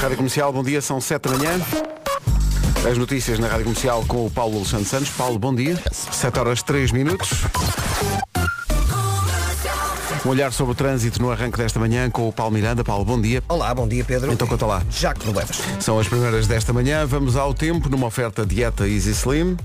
Rádio Comercial, bom dia, são 7 da manhã. As notícias na Rádio Comercial com o Paulo Alexandre Santos. Paulo, bom dia. 7 horas 3 minutos. Um olhar sobre o trânsito no arranque desta manhã com o Paulo Miranda. Paulo, bom dia. Olá, bom dia Pedro. Então conta lá. Já que problemas. São as primeiras desta manhã. Vamos ao tempo numa oferta dieta Easy Slim.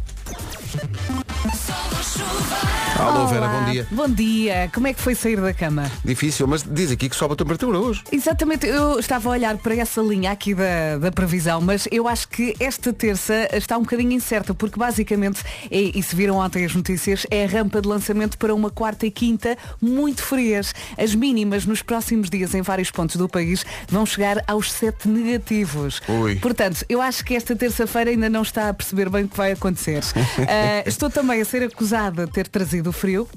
Alô, Vera, Olá, bom dia. Bom dia. Como é que foi sair da cama? Difícil, mas diz aqui que sobe a temperatura hoje. Exatamente, eu estava a olhar para essa linha aqui da, da previsão, mas eu acho que esta terça está um bocadinho incerta, porque basicamente, e, e se viram ontem as notícias, é a rampa de lançamento para uma quarta e quinta muito frias. As mínimas nos próximos dias em vários pontos do país vão chegar aos sete negativos. Ui. Portanto, eu acho que esta terça-feira ainda não está a perceber bem o que vai acontecer. Ah, estou também a ser acusada de ter trazido o frio.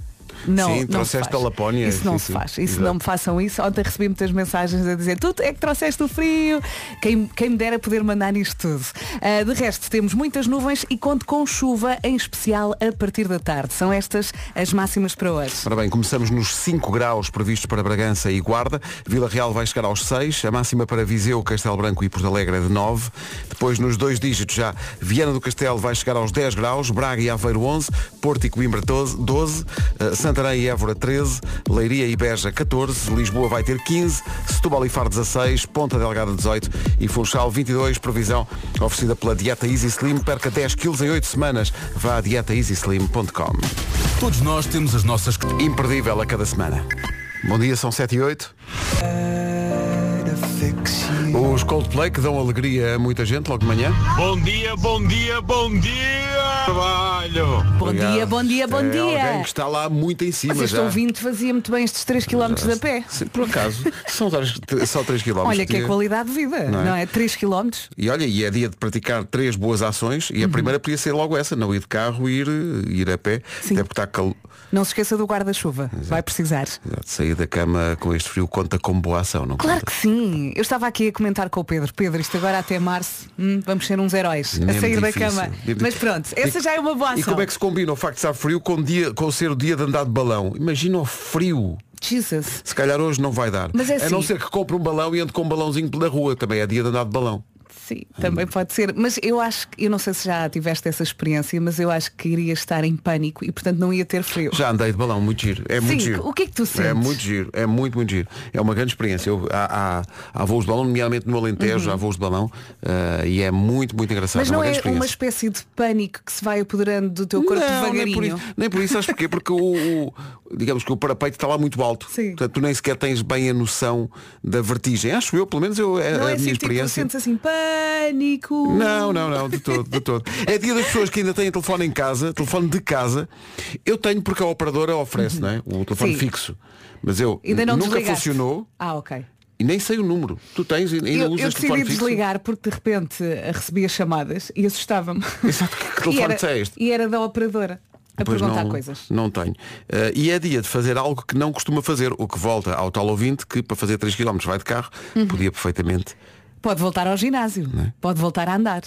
Não, Sim, não se trouxeste faz. a Lapónia. Isso Sim, não se sim. faz. Isso Exato. não me façam isso. Ontem recebi muitas mensagens a dizer tu é que trouxeste o frio. Quem, quem me dera poder mandar nisto tudo. Ah, de resto, temos muitas nuvens e conto com chuva, em especial a partir da tarde. São estas as máximas para hoje. Ora bem, começamos nos 5 graus previstos para Bragança e Guarda. Vila Real vai chegar aos 6. A máxima para Viseu, Castelo Branco e Porto Alegre é de 9. Depois, nos dois dígitos já, Viana do Castelo vai chegar aos 10 graus. Braga e Aveiro 11. Porto e Coimbra 12. 12 eh, Santarém e Évora 13. Leiria e Beja 14. Lisboa vai ter 15. Setúbal e Faro 16. Ponta Delgada 18. E Funchal 22. Previsão oferecida pela Dieta Easy Slim. Perca 10 quilos em 8 semanas. Vá a dietaeasyslim.com. Todos nós temos as nossas. Imperdível a cada semana. Bom dia, são 7 e 8. Os Coldplay que dão alegria a muita gente logo de manhã. Bom dia, bom dia, bom dia! Trabalho! Bom Obrigado. dia, bom dia, bom É Alguém dia. que está lá muito em cima Mas este já. ouvinte fazia muito bem estes 3 km a pé. Sim, por acaso, são só 3 km. Olha que é qualidade de vida, Não não é? é? 3 km. E olha, e é dia de praticar três boas ações Uhum. e a primeira podia ser logo essa, não ir de carro e ir, ir a pé. Sim. Até porque está calor. Não se esqueça do guarda-chuva. Vai precisar. Sair da cama com este frio conta como boa ação, não Claro conta? que sim. Eu estava aqui a comentar com o Pedro. Pedro, isto agora até março, hum, vamos ser uns heróis a Mesmo sair da é difícil. cama. Mesmo Mas difícil. pronto, essa E- já é uma boa ação. E como é que se combina o facto de estar frio com, o dia, com ser o dia de andar de balão? Imagina o frio. Jesus. Se calhar hoje não vai dar. Mas é A não assim. ser que compre um balão e ande com um balãozinho pela rua. Também é dia de andar de balão. Sim, Hum. também pode ser. Mas eu acho que, eu não sei se já tiveste essa experiência, mas eu acho que iria estar em pânico e portanto não ia ter frio. Já andei de balão, muito giro. É muito Sim, giro. o que é que tu sentes? É muito giro, é muito, muito giro. É uma grande experiência. Eu, há, há, há voos de balão, nomeadamente no Alentejo, há voos de balão ah, e é muito, muito engraçado. Uhum. Mas é não uma grande é uma experiência. espécie de pânico que se vai apoderando do teu corpo Não, nem devagarinho. por isso, nem por isso, sabes porquê? Porque o, o- digamos que o parapeito está lá muito alto. Sim. Portanto, tu nem sequer tens bem a noção da vertigem. Acho eu, pelo menos eu, é Não a é minha assim, tipo, experiência. sentes assim, pânico. Não, não, não, de todo, de todo. É dia das pessoas que ainda têm telefone em casa, telefone de casa. Eu tenho porque a operadora oferece, não é? O telefone Uhum. Sim. fixo. Mas eu Ainda não nunca desligaste. funcionou Ah, ok. e nem sei o número. Tu tens e ainda Eu, eu usas telefone decidi fixo. desligar porque de repente eh, recebia chamadas e assustava-me. Exato, que telefone e, era, que é este? e era da operadora a Pois perguntar não, coisas. Não tenho. Eh, e é dia de fazer algo que não costuma fazer, o que volta ao tal ouvinte que para fazer 3 km vai de carro, Uhum. podia perfeitamente. Pode voltar ao ginásio, é? pode voltar a andar.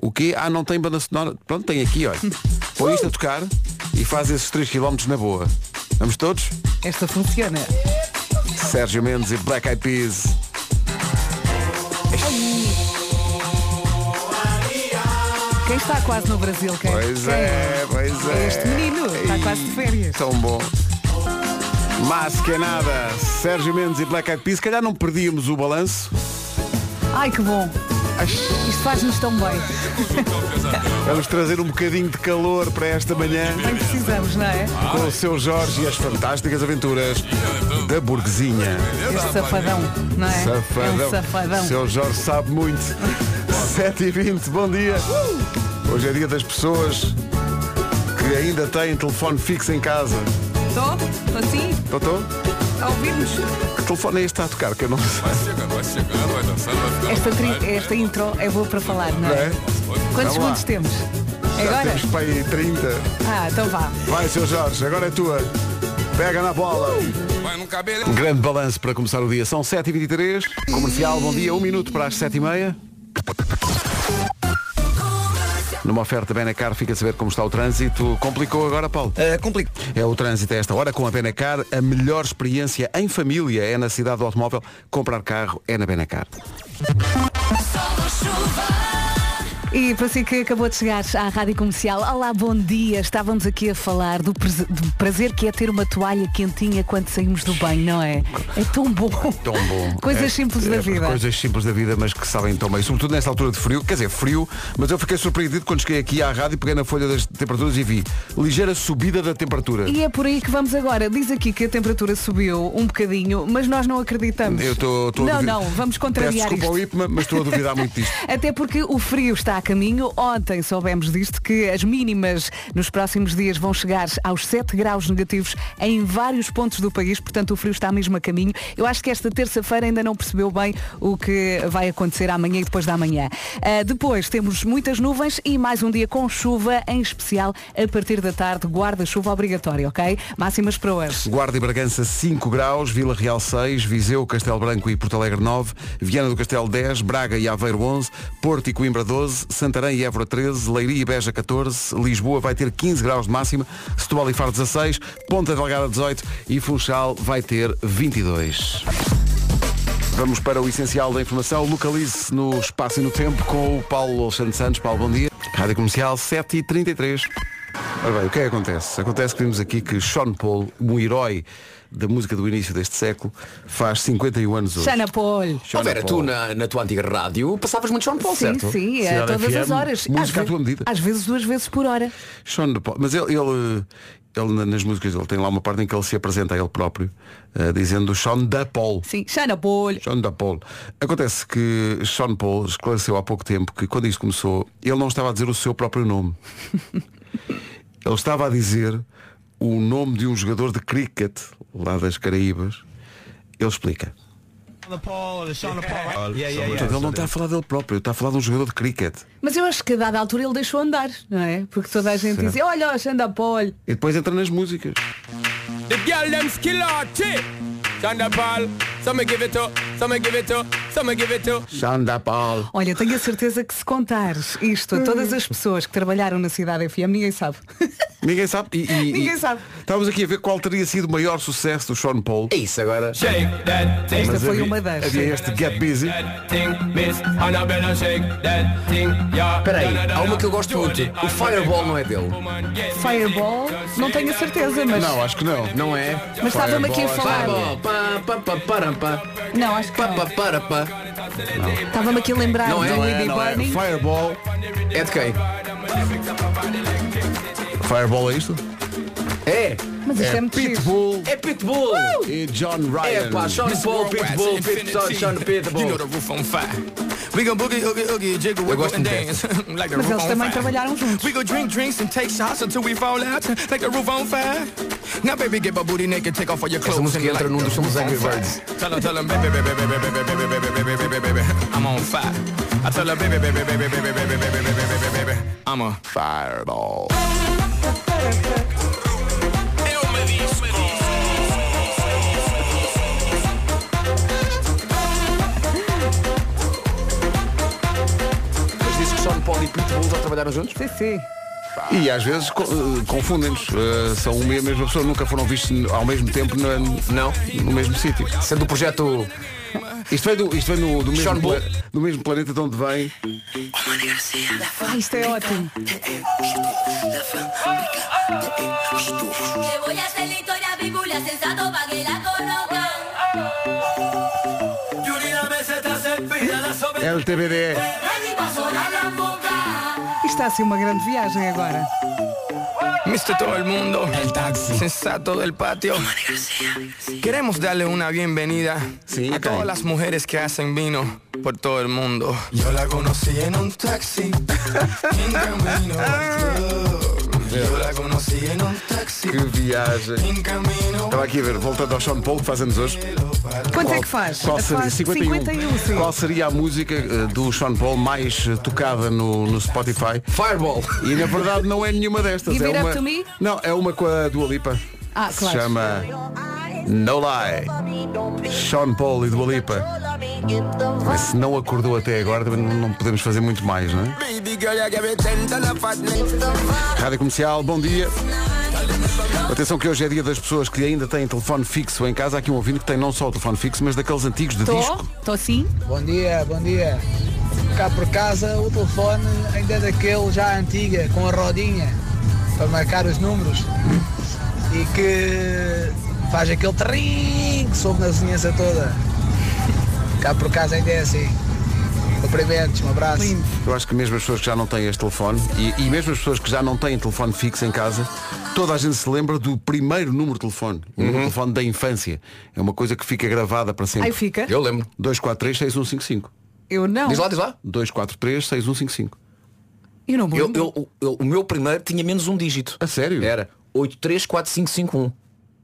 O quê? Ah, não tem banda sonora. Pronto, tem aqui, olha. Põe isto a tocar e faz esses 3 km na boa. Vamos todos? Esta funciona. Sérgio Mendes e Black Eyed Peas. Quem está quase no Brasil, quem? Pois quem é, pois é. Este menino está quase de férias. Tão bom. Mas que é nada, Sérgio Mendes e Black Eyed Peas, se calhar não perdíamos o balanço. Ai que bom. Isto faz-nos tão bem. Vamos trazer um bocadinho de calor para esta manhã Bem precisamos, não é? com o seu Jorge e as fantásticas aventuras da burguesinha. Este safadão, não é? é Safadão. É um safadão. Seu Jorge sabe muito. 7h20, bom dia. Hoje é dia das pessoas que ainda têm telefone fixo em casa. Estou? Estou assim? Doutor, A ouvir-nos? que telefone é este que está a tocar? Que eu não sei. Vai chegar, vai chegar, vai dançar, vai ficar. Esta, tri- esta intro é boa para falar, não é? É? Quantos Vamos lá. segundos temos? Já É Agora? temos para aí 30. Ah, então vá. Vai, seu Jorge, agora é tua. Pega na bola. Vai no cabelo. Grande balanço para começar o dia. São 7h23. Comercial, bom dia. Um minuto para as 7h30. Numa oferta Benacar, fica a saber como está o trânsito. Complicou agora, Paulo? Ah, complico. É o trânsito a esta hora com a Benacar. A melhor experiência em família é na cidade do automóvel. Comprar carro é na Benacar. E para si que acabou de chegar à Rádio Comercial, olá, bom dia. Estávamos aqui a falar do, prese- do prazer que é ter uma toalha quentinha quando saímos do banho, não é? É tão bom. Tão bom. Coisas É, simples é, da vida. Coisas simples da vida, mas que sabem tão bem. Sobretudo nesta altura de frio, quer dizer, frio, mas eu fiquei surpreendido quando cheguei aqui à rádio, peguei na folha das temperaturas e vi ligeira subida da temperatura. E é por aí que vamos agora. Diz aqui que a temperatura subiu um bocadinho, mas nós não acreditamos. Eu estou estou a Não, duvidar. não, vamos Peço contrariar desculpa isto. ao IPMA, mas estou a duvidar muito disto. Até porque o frio está a caminho. Ontem soubemos disto que as mínimas nos próximos dias vão chegar aos 7 graus negativos em vários pontos do país, portanto o frio está mesmo a caminho. Eu acho que esta terça-feira ainda não percebeu bem o que vai acontecer amanhã e depois da manhã. Ah, depois temos muitas nuvens e mais um dia com chuva, em especial a partir da tarde, guarda-chuva obrigatório, ok? Máximas para hoje. Guarda e Bragança 5 graus, Vila Real 6, Viseu, Castelo Branco e Porto Alegre 9, Viana do Castelo 10, Braga e Aveiro 11, Porto e Coimbra 12, Santarém e Évora 13, Leiria e Beja 14, Lisboa vai ter 15 graus de máxima, Setúbal e Faro 16, Ponta Delgada 18 e Funchal vai ter 22. Vamos para o essencial da informação. Localize-se no espaço e no tempo com o Paulo Alexandre Santos. Paulo, bom dia. Rádio Comercial 7h33. Ora bem, o que é que acontece? Acontece que vimos aqui que Sean Paul, um herói da música do início deste século, faz 51 anos hoje. Xana Paul. Sean Ó Vera, tu na, na tua antiga rádio passavas muito Sean Paul, Sim, certo? sim, a Cidade todas FM, as horas. música à às, tua ve- medida. às vezes duas vezes por hora. Sean Paul. Mas ele, ele, ele na- nas músicas dele tem lá uma parte em que ele se apresenta a ele próprio, eh, dizendo Sean da Paul. Sim, Xana Paul. Sean da Paul. Acontece que Sean Paul esclareceu há pouco tempo que quando isto começou, ele não estava a dizer o seu próprio nome. ele estava a dizer o nome de um jogador de cricket lá das Caraíbas. Ele explica. Portanto, ele não está a falar dele próprio, está a falar de um jogador de cricket. Mas eu acho que a dada altura ele deixou andar, não é? Porque toda a gente Certo. dizia, olha, ó, Xanda Paul. E depois entra nas músicas. The girl them skill out, chick. Thunder ball. Some give it up, some give it up, some give it up. Sean da Paul. Olha, tenho a certeza que se contares isto Hum. a todas as pessoas que trabalharam na cidade FM, ninguém sabe. Ninguém sabe. E, e- Ninguém e- sabe. Estávamos aqui a ver qual teria sido o maior sucesso do Sean Paul. É isso agora. Shake that thing. Esta Mas foi havia- uma das. Havia este Get Busy. That thing, miss. And I better shake that thing, yeah. Espera aí, há uma que eu gosto muito. O Fireball não é dele. Fireball, não tenho a certeza, mas, Não, acho que não. Não é? mas estava-me aqui a falar. Fireball. Pá, pá, pá, param, pá. Não, acho que Pá, pá, não. para, pá. estava-me aqui a lembrar Não do é, não é, Lady Não é. Bunny. Fireball. É de quem? Fireball é isto? É. Mas isto é, muito giro. Pitbull É Pitbull. e John Ryan. É pá, Sean Paul, Pitbull, Pitbull, Sean Pitbull. roof on fire. We gon' boogie, oogie, oogie, jiggle, gosto muito like the Mas roof eles on também fire. trabalharam juntos. We go drink drinks and take shots until we fall out like the roof on fire. Now baby get my booty naked, take off all your clothes. Essa música and entra light num the dos filmes roof on Angry fire. Birds. Tell her, tell her, baby, baby, baby, baby, baby, baby, baby, baby, baby, baby, baby, I'm on fire. I tell her, baby, baby, baby, baby, baby, baby, baby, baby, baby, baby, I'm a fireball. Mas disse que Sean Paul e Pitbull já trabalharam juntos? Sim, sim. E às vezes co- eh, confundem-nos. Eh, são uma e a mesma pessoa, nunca foram vistos n- ao mesmo tempo na- Não. no mesmo sítio. Sendo o projeto Isto vem do, isto vem do, do, mesmo, Sean Paul. pla- do mesmo planeta de onde vem. Ah, isto é ótimo. Que voy a hacer la historia bíblica sensato para que la conozcan. É. LTBD. Ready pa' sonar la boca. Isto está assim uma grande viagem agora. Mr. Todo el mundo, el taxi, sensato del patio. Queremos darle una bienvenida Sí, caray. a todas las mujeres que hacen vino por todo el mundo. Yo la conocí en un taxi, en camino al club. Yo la conocí en un taxi, Que viagem. en camino. Estava aqui a ver, voltando ao Sean Paul, que faz anos hoje. Quanto é que faz? Qual seria, faz 51. 51, sim. Qual seria a música eh, do Sean Paul mais eh, tocada no, no Spotify? Fireball. E na verdade não é nenhuma destas. Give é it up uma... to me? Não, é uma com a Dua Lipa. Ah, Se claro. chama No Lie. Sean Paul e Dua Lipa. Mas se não acordou até agora, também não- não podemos fazer muito mais, não é? Baby girl, you give me ten to the fat neck. Rádio Comercial, bom dia. Atenção que hoje é dia das pessoas que ainda têm telefone fixo em casa. Há aqui um ouvinte que tem não só o telefone fixo, mas daqueles antigos de disco. Estou, estou sim. Bom dia, bom dia. Cá por casa o telefone ainda é daquele já antiga, com a rodinha, para marcar os números. E que faz aquele trim que soube na vizinhança toda. Cá por casa ainda é assim. Cumprimentos, um abraço. Eu acho que mesmo as pessoas que já não têm este telefone e, e mesmo as pessoas que já não têm telefone fixo em casa, toda a gente se lembra do primeiro número de telefone, o número de Uhum. telefone da infância. É uma coisa que fica gravada para sempre. Aí fica. Eu lembro. 243-6155. Eu não. Diz lá, diz lá. 243-6155. Eu não vou. Eu, eu- o- eu- o meu primeiro tinha menos um dígito. A sério? Era 8345551.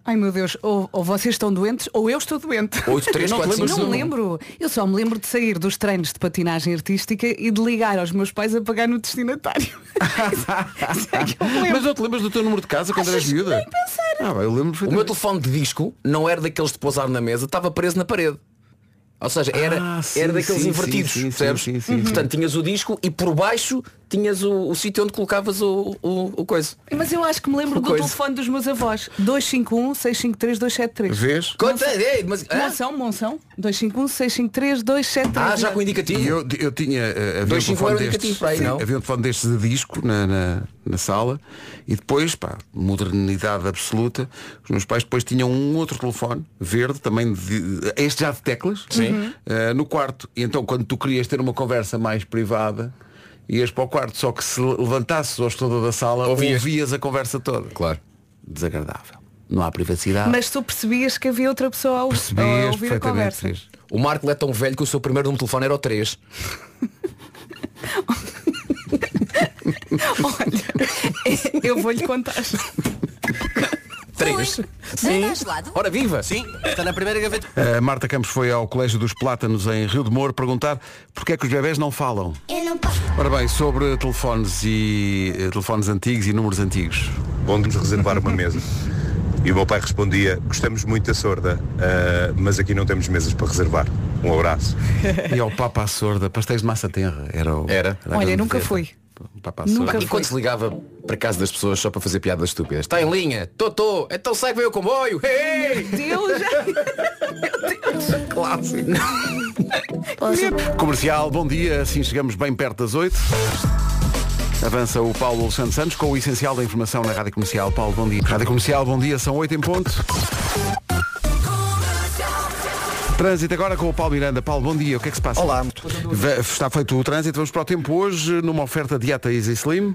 Ai meu Deus, ou, ou vocês estão doentes ou eu estou doente. Oito, três, Eu não quatro, me cinco, lembro. Não me cinco. lembro. Eu só me lembro de sair dos treinos de patinagem artística e de ligar aos meus pais a pagar no destinatário. Isso é que eu me lembro. Mas não te lembras do teu número de casa quando Achas eras miúda? bem pensar. Ah, bem, eu lembro O meu perfeitamente. telefone de disco não era daqueles de pousar na mesa, estava preso na parede. Ou seja, era, Ah, sim, era daqueles sim, invertidos, sim, sim, percebes? sim, sim, sim. Portanto, tinhas o disco e por baixo tinhas o, o sítio onde colocavas o, o, o coisa. Mas eu acho que me lembro do Coisa. telefone dos meus avós. 251-653-273. Vês? Conta, ei, mas, ah, Monção, Monção. 251-653-273. ah, já com o indicativo. E eu, eu tinha eh, havia um, Dois, cinco telefone era destes, indicativo para aí, sim, não? havia um telefone destes de disco na, na, na sala e depois, pá, modernidade absoluta, os meus pais depois tinham um outro telefone verde, também de, este já de teclas, eh, Uhum. no quarto. E então quando tu querias ter uma conversa mais privada, ias para o quarto, só que se levantasses ao estudador da sala, ouvias. Ouvias. a conversa toda. Claro. Desagradável. Não há privacidade. Mas tu percebias que havia outra pessoa a, ou- Então, a é Percebias ouvir a perfeitamente. conversa. Percebias. O Marco é tão velho que o seu primeiro número de telefone era o 3. Olha, eu vou-lhe contar. 3. Andas lado? Ora viva! Sim. A Eh, Marta Campos foi ao Colégio dos Plátanos em Rio de Moro perguntar porque é que os bebés não falam. Eu não posso. Ora bem, sobre telefones e eh, telefones antigos e números antigos. Vamos reservar uma mesa. E o meu pai respondia, gostamos muito da sorda, ah, mas aqui não temos mesas para reservar. Um abraço. E ao Papa à Sorda, pastéis de massa tenra. Era o, Era. a Olha, grande nunca dieta. fui. Papa à Nunca Sorda. E quando se ligava para casa das pessoas só para fazer piadas estúpidas? Está em linha, tô, tô, então sai que vem o comboio, hey! Deus, Clássico. Comercial, bom dia, assim chegamos bem perto das 8. Avança o Paulo Alexandre Santos com o essencial da informação na Rádio Comercial. Paulo, bom dia. Rádio Comercial, bom dia, são 8 em ponto. Trânsito agora com o Paulo Miranda. Paulo, bom dia, o que é que se passa? Olá. Ve- Está feito o trânsito, vamos para o tempo hoje numa oferta dieta Easy Slim.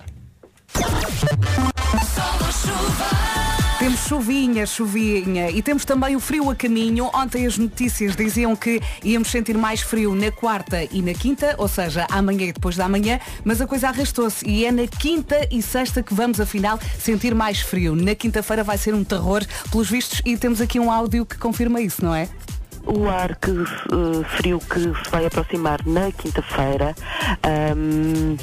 Temos chuvinha, chuvinha e temos também o frio a caminho. Ontem as notícias diziam que íamos sentir mais frio na quarta e na quinta, ou seja, amanhã e depois da manhã, mas a coisa arrastou-se e é na quinta e sexta que vamos afinal sentir mais frio. Na quinta-feira vai ser um terror, pelos vistos, e temos aqui um áudio que confirma isso, não é? O ar que, eh, frio que se vai aproximar na quinta-feira ahm,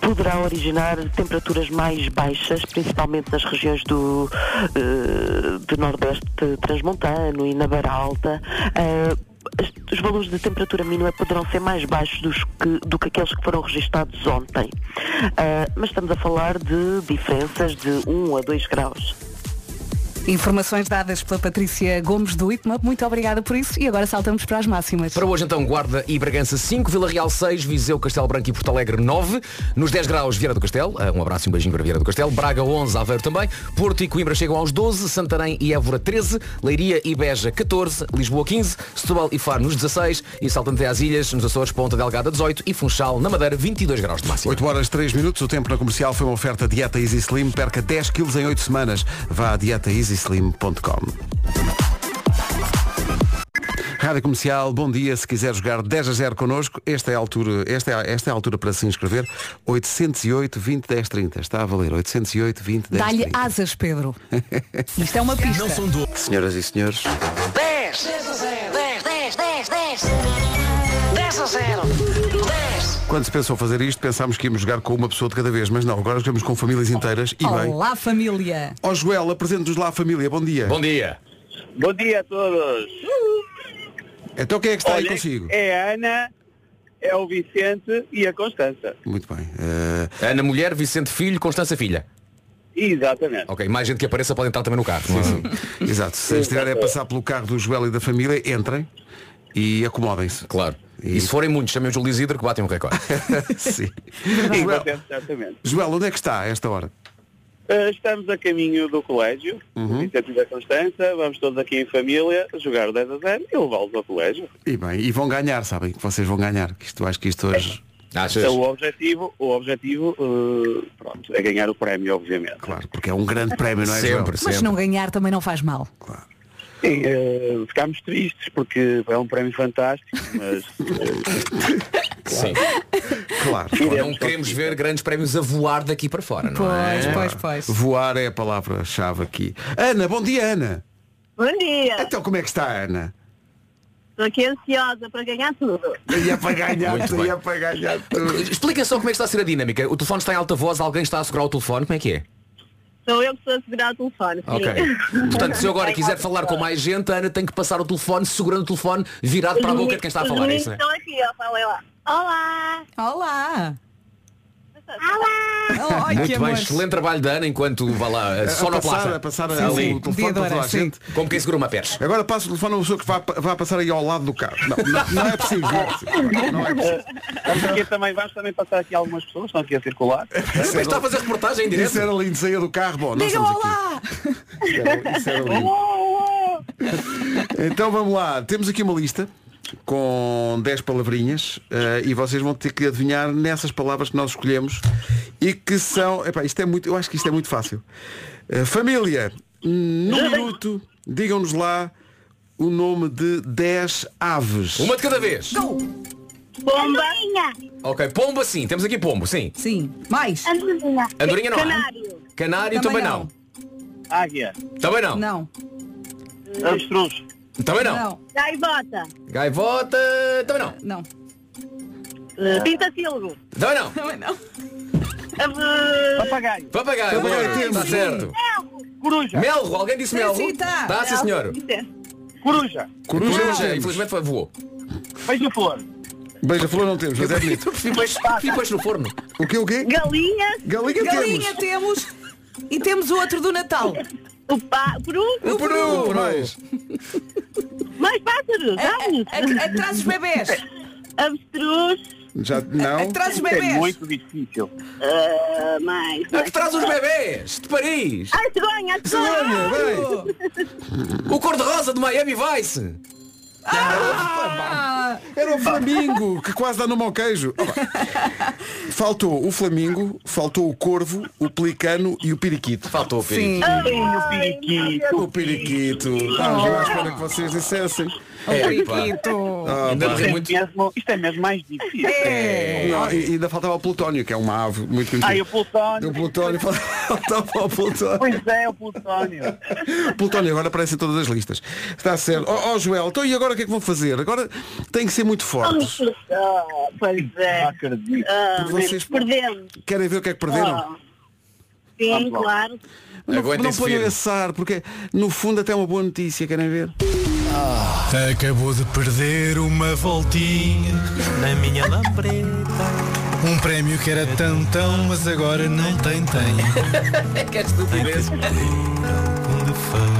poderá originar temperaturas mais baixas, principalmente nas regiões do, eh, do Nordeste Transmontano e na Beira Alta. Ah, as- os valores de temperatura mínima poderão ser mais baixos dos que- do que aqueles que foram registados ontem. Ah, mas estamos a falar de diferenças de 1 a 2 graus. Informações dadas pela Patrícia Gomes do IPMA, muito obrigada por isso e agora saltamos para as máximas. Para hoje então, Guarda e Bragança 5, Vila Real 6, Viseu, Castelo Branco e Porto Alegre 9, nos 10 graus Vieira do Castelo, ah, um abraço e um beijinho para Vieira do Castelo, Braga 11, Aveiro também, Porto e Coimbra chegam aos 12, Santarém e Évora 13, Leiria e Beja 14, Lisboa 15, Setúbal e Faro nos 16 e saltando até às ilhas, nos Açores, Ponta Delgada 18 e Funchal, na Madeira 22 graus de máximo. 8 horas 3 minutos, o tempo na comercial foi uma oferta dieta Easy Slim, perca 10 quilos em 8 semanas. Vá a dietaeasyslim.com. Rádio Comercial, bom dia. Se quiser jogar 10 a 0 connosco, esta é a altura, esta é a, esta é a altura para se inscrever. 808 20 10 30. Está a valer. 808 20 10 Dá-lhe 30. asas, Pedro. Isto é uma pista. Senhoras e senhores, 10, 10, 10, 10, 10. 10 a 0. 10. quando se pensou fazer isto, pensámos que íamos jogar com uma pessoa de cada vez, mas não, agora jogamos com famílias inteiras e bem. Olá, família. Ó Joel, apresente-nos lá a família. Bom dia. Bom dia! Bom dia a todos! Então quem é que está aí Olha, consigo? É a Ana, é o Vicente e a Constança. Muito bem. Eh, Ana Mulher, Vicente Filho, Constança Filha. Exatamente. Ok, mais gente que apareça pode entrar também no carro. não é? Exato. Se estiverem a passar pelo carro do Joel e da família, entrem e acomodem-se. Claro. E se forem muitos, chamemos o Lisíder que batem um recorde. Sim. Sim, Joel, contente, certamente. Joel, onde é que está a esta hora? Ah, estamos a caminho do colégio, Uhum. Vicente da Constança, vamos todos aqui em família jogar 10 a 0 e levá-los ao colégio. E bem, e vão ganhar, sabem? Que vocês vão ganhar. Que isto, acho que isto hoje. Então, o objetivo, o objetivo eh, pronto, é ganhar o prémio, obviamente. Claro, porque é um grande prémio, não é? Joel? Mas se não ganhar também não faz mal. Sim, eh, ficámos tristes porque é um prémio fantástico, mas eh, Sim. Claro. Não queremos ver grandes prémios a voar daqui para fora, não é? Voar é a palavra-chave aqui. Ana, bom dia, Ana. Bom dia. Então como é que está, Ana? Estou aqui ansiosa para ganhar tudo. E é para ganhar, Muito e bem. é para ganhar. Explica só como é que está a ser a dinâmica. O telefone está em alta voz, alguém está a segurar o telefone, como é que é? Sou eu que estou a segurar o telefone. sim. Ok. Portanto, se eu agora quiser falar com mais gente, a Ana tem que passar o telefone segurando o telefone virado para a Os boca de quem está a meninos- falar, é os isso, né? meninos Estão aqui, ó, falei lá. Olá! Olá! Olá! Muito bem, excelente trabalho da Ana enquanto vá lá, a A sonoplasta. passar- a passar ali. o telefone para Deodora, toda a sim. gente. Como quem segura uma percha. Agora passa o telefone a uma pessoa que vá, vá passar aí ao lado do carro. Não, não, não é possível. não é possível. vamos, aqui também, vamos também passar aqui algumas pessoas, estão aqui a circular. Mas está a fazer reportagem em direto? Isso é- era lindo, saía do carro. Bom, nós estamos aqui. Isso era- isso era lindo. Então vamos lá, temos aqui uma lista com 10 palavrinhas eh, e vocês vão ter que adivinhar nessas palavras que nós escolhemos e que são. Epá, isto é muito, eu acho que isto é muito fácil. Eh, família, num minuto, digam-nos lá o nome de 10 aves. Uma de cada vez. Bomba! Ok, pombo sim, temos aqui pombo, sim. Sim. Mais! Andorinha! Andorinha não. Canário! Canário também, Também não. Águia. Também não. Não. É Abstrus. Também não. Gaivota! Gaivota. Também não. Não. Tinta assim. Silgo! Também não. Também não. Papagaio! Papagaio. Papagaio boa, temos, Está sim. certo. Coruja. Melro, alguém disse melro? Tá, sim, senhor. Coruja. Coruja, Coruja, Coruja temos. infelizmente foi- voou. Beija-flor. Beija-flor não temos, mas é bonito. Pipas no forno. O que, o quê? Galinha! Galinha Galinha temos. E temos o outro do Natal. O pá, peru! O peru. O mais. Mais pássaros! É, Vamos! a- atrás os bebés. Abstrus! Já não. Atrás os bebés. É muito difícil. ah, mais! A que traz os bebês de Paris. Ai, cegonha! a Cegonha, O cor-de-rosa de Miami Vice. Era o Flamingo, que quase dá no mau queijo. Ó, pá. Faltou o Flamingo, faltou o Corvo, o Pelicano e o Periquito. Faltou o Periquito. o O Periquito. Estávamos lá à espera que vocês dissessem. É, Ah, Um pá. isto, é mesmo, isto é mesmo mais difícil. É. Não, e- ainda faltava o Plutónio, que é uma ave muito conhecida. Ah, e o Plutónio. O Plutónio, faltava o Plutónio. Pois é, o Plutónio. Plutónio agora aparece em todas as listas. Está certo. Ó oh, Joel, então e agora o que é que vão fazer? Agora tem que ser muito fortes. Ah, pois é. Ah, Porque vocês- Perdemos. Querem ver o que é que perderam? Ah, sim, claro. Não, não Aguentem-se ponham firme. esse ar, porque no fundo até é uma boa notícia, querem ver? Acabou de perder uma voltinha na minha lambreta. Um prémio que era tão tão, mas agora não tem tem. que estupidez.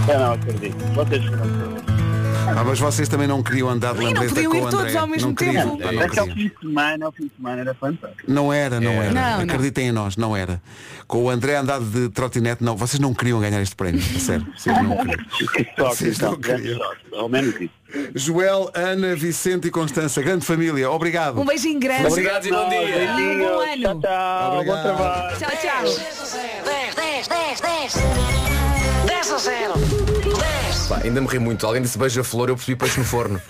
Eu não acredito. Vocês foram Ah, mas vocês também não queriam andar de E não lambreta podiam com ir o André. todos ao mesmo não queriam, tempo. pá, não Até ao queriam. fim de semana, ao fim de semana era fantástico. Não era, não era. É. Não, não. Acreditem em nós, não era. Com o André andado de trotinete, não. Vocês não queriam ganhar este prémio, a sério. Vocês não queriam. Vocês não queriam. Ao menos isso. Joel, Ana, Vicente e Constança, grande família, obrigado. Um beijinho grande. Obrigado e bom dia. E um bom ano. Obrigado. Tchau, tchau. 10, 10, 10, 10. 10 a 0. 10. Pá, ainda me ri muito. Alguém disse beija-flor, eu percebi peixe no forno.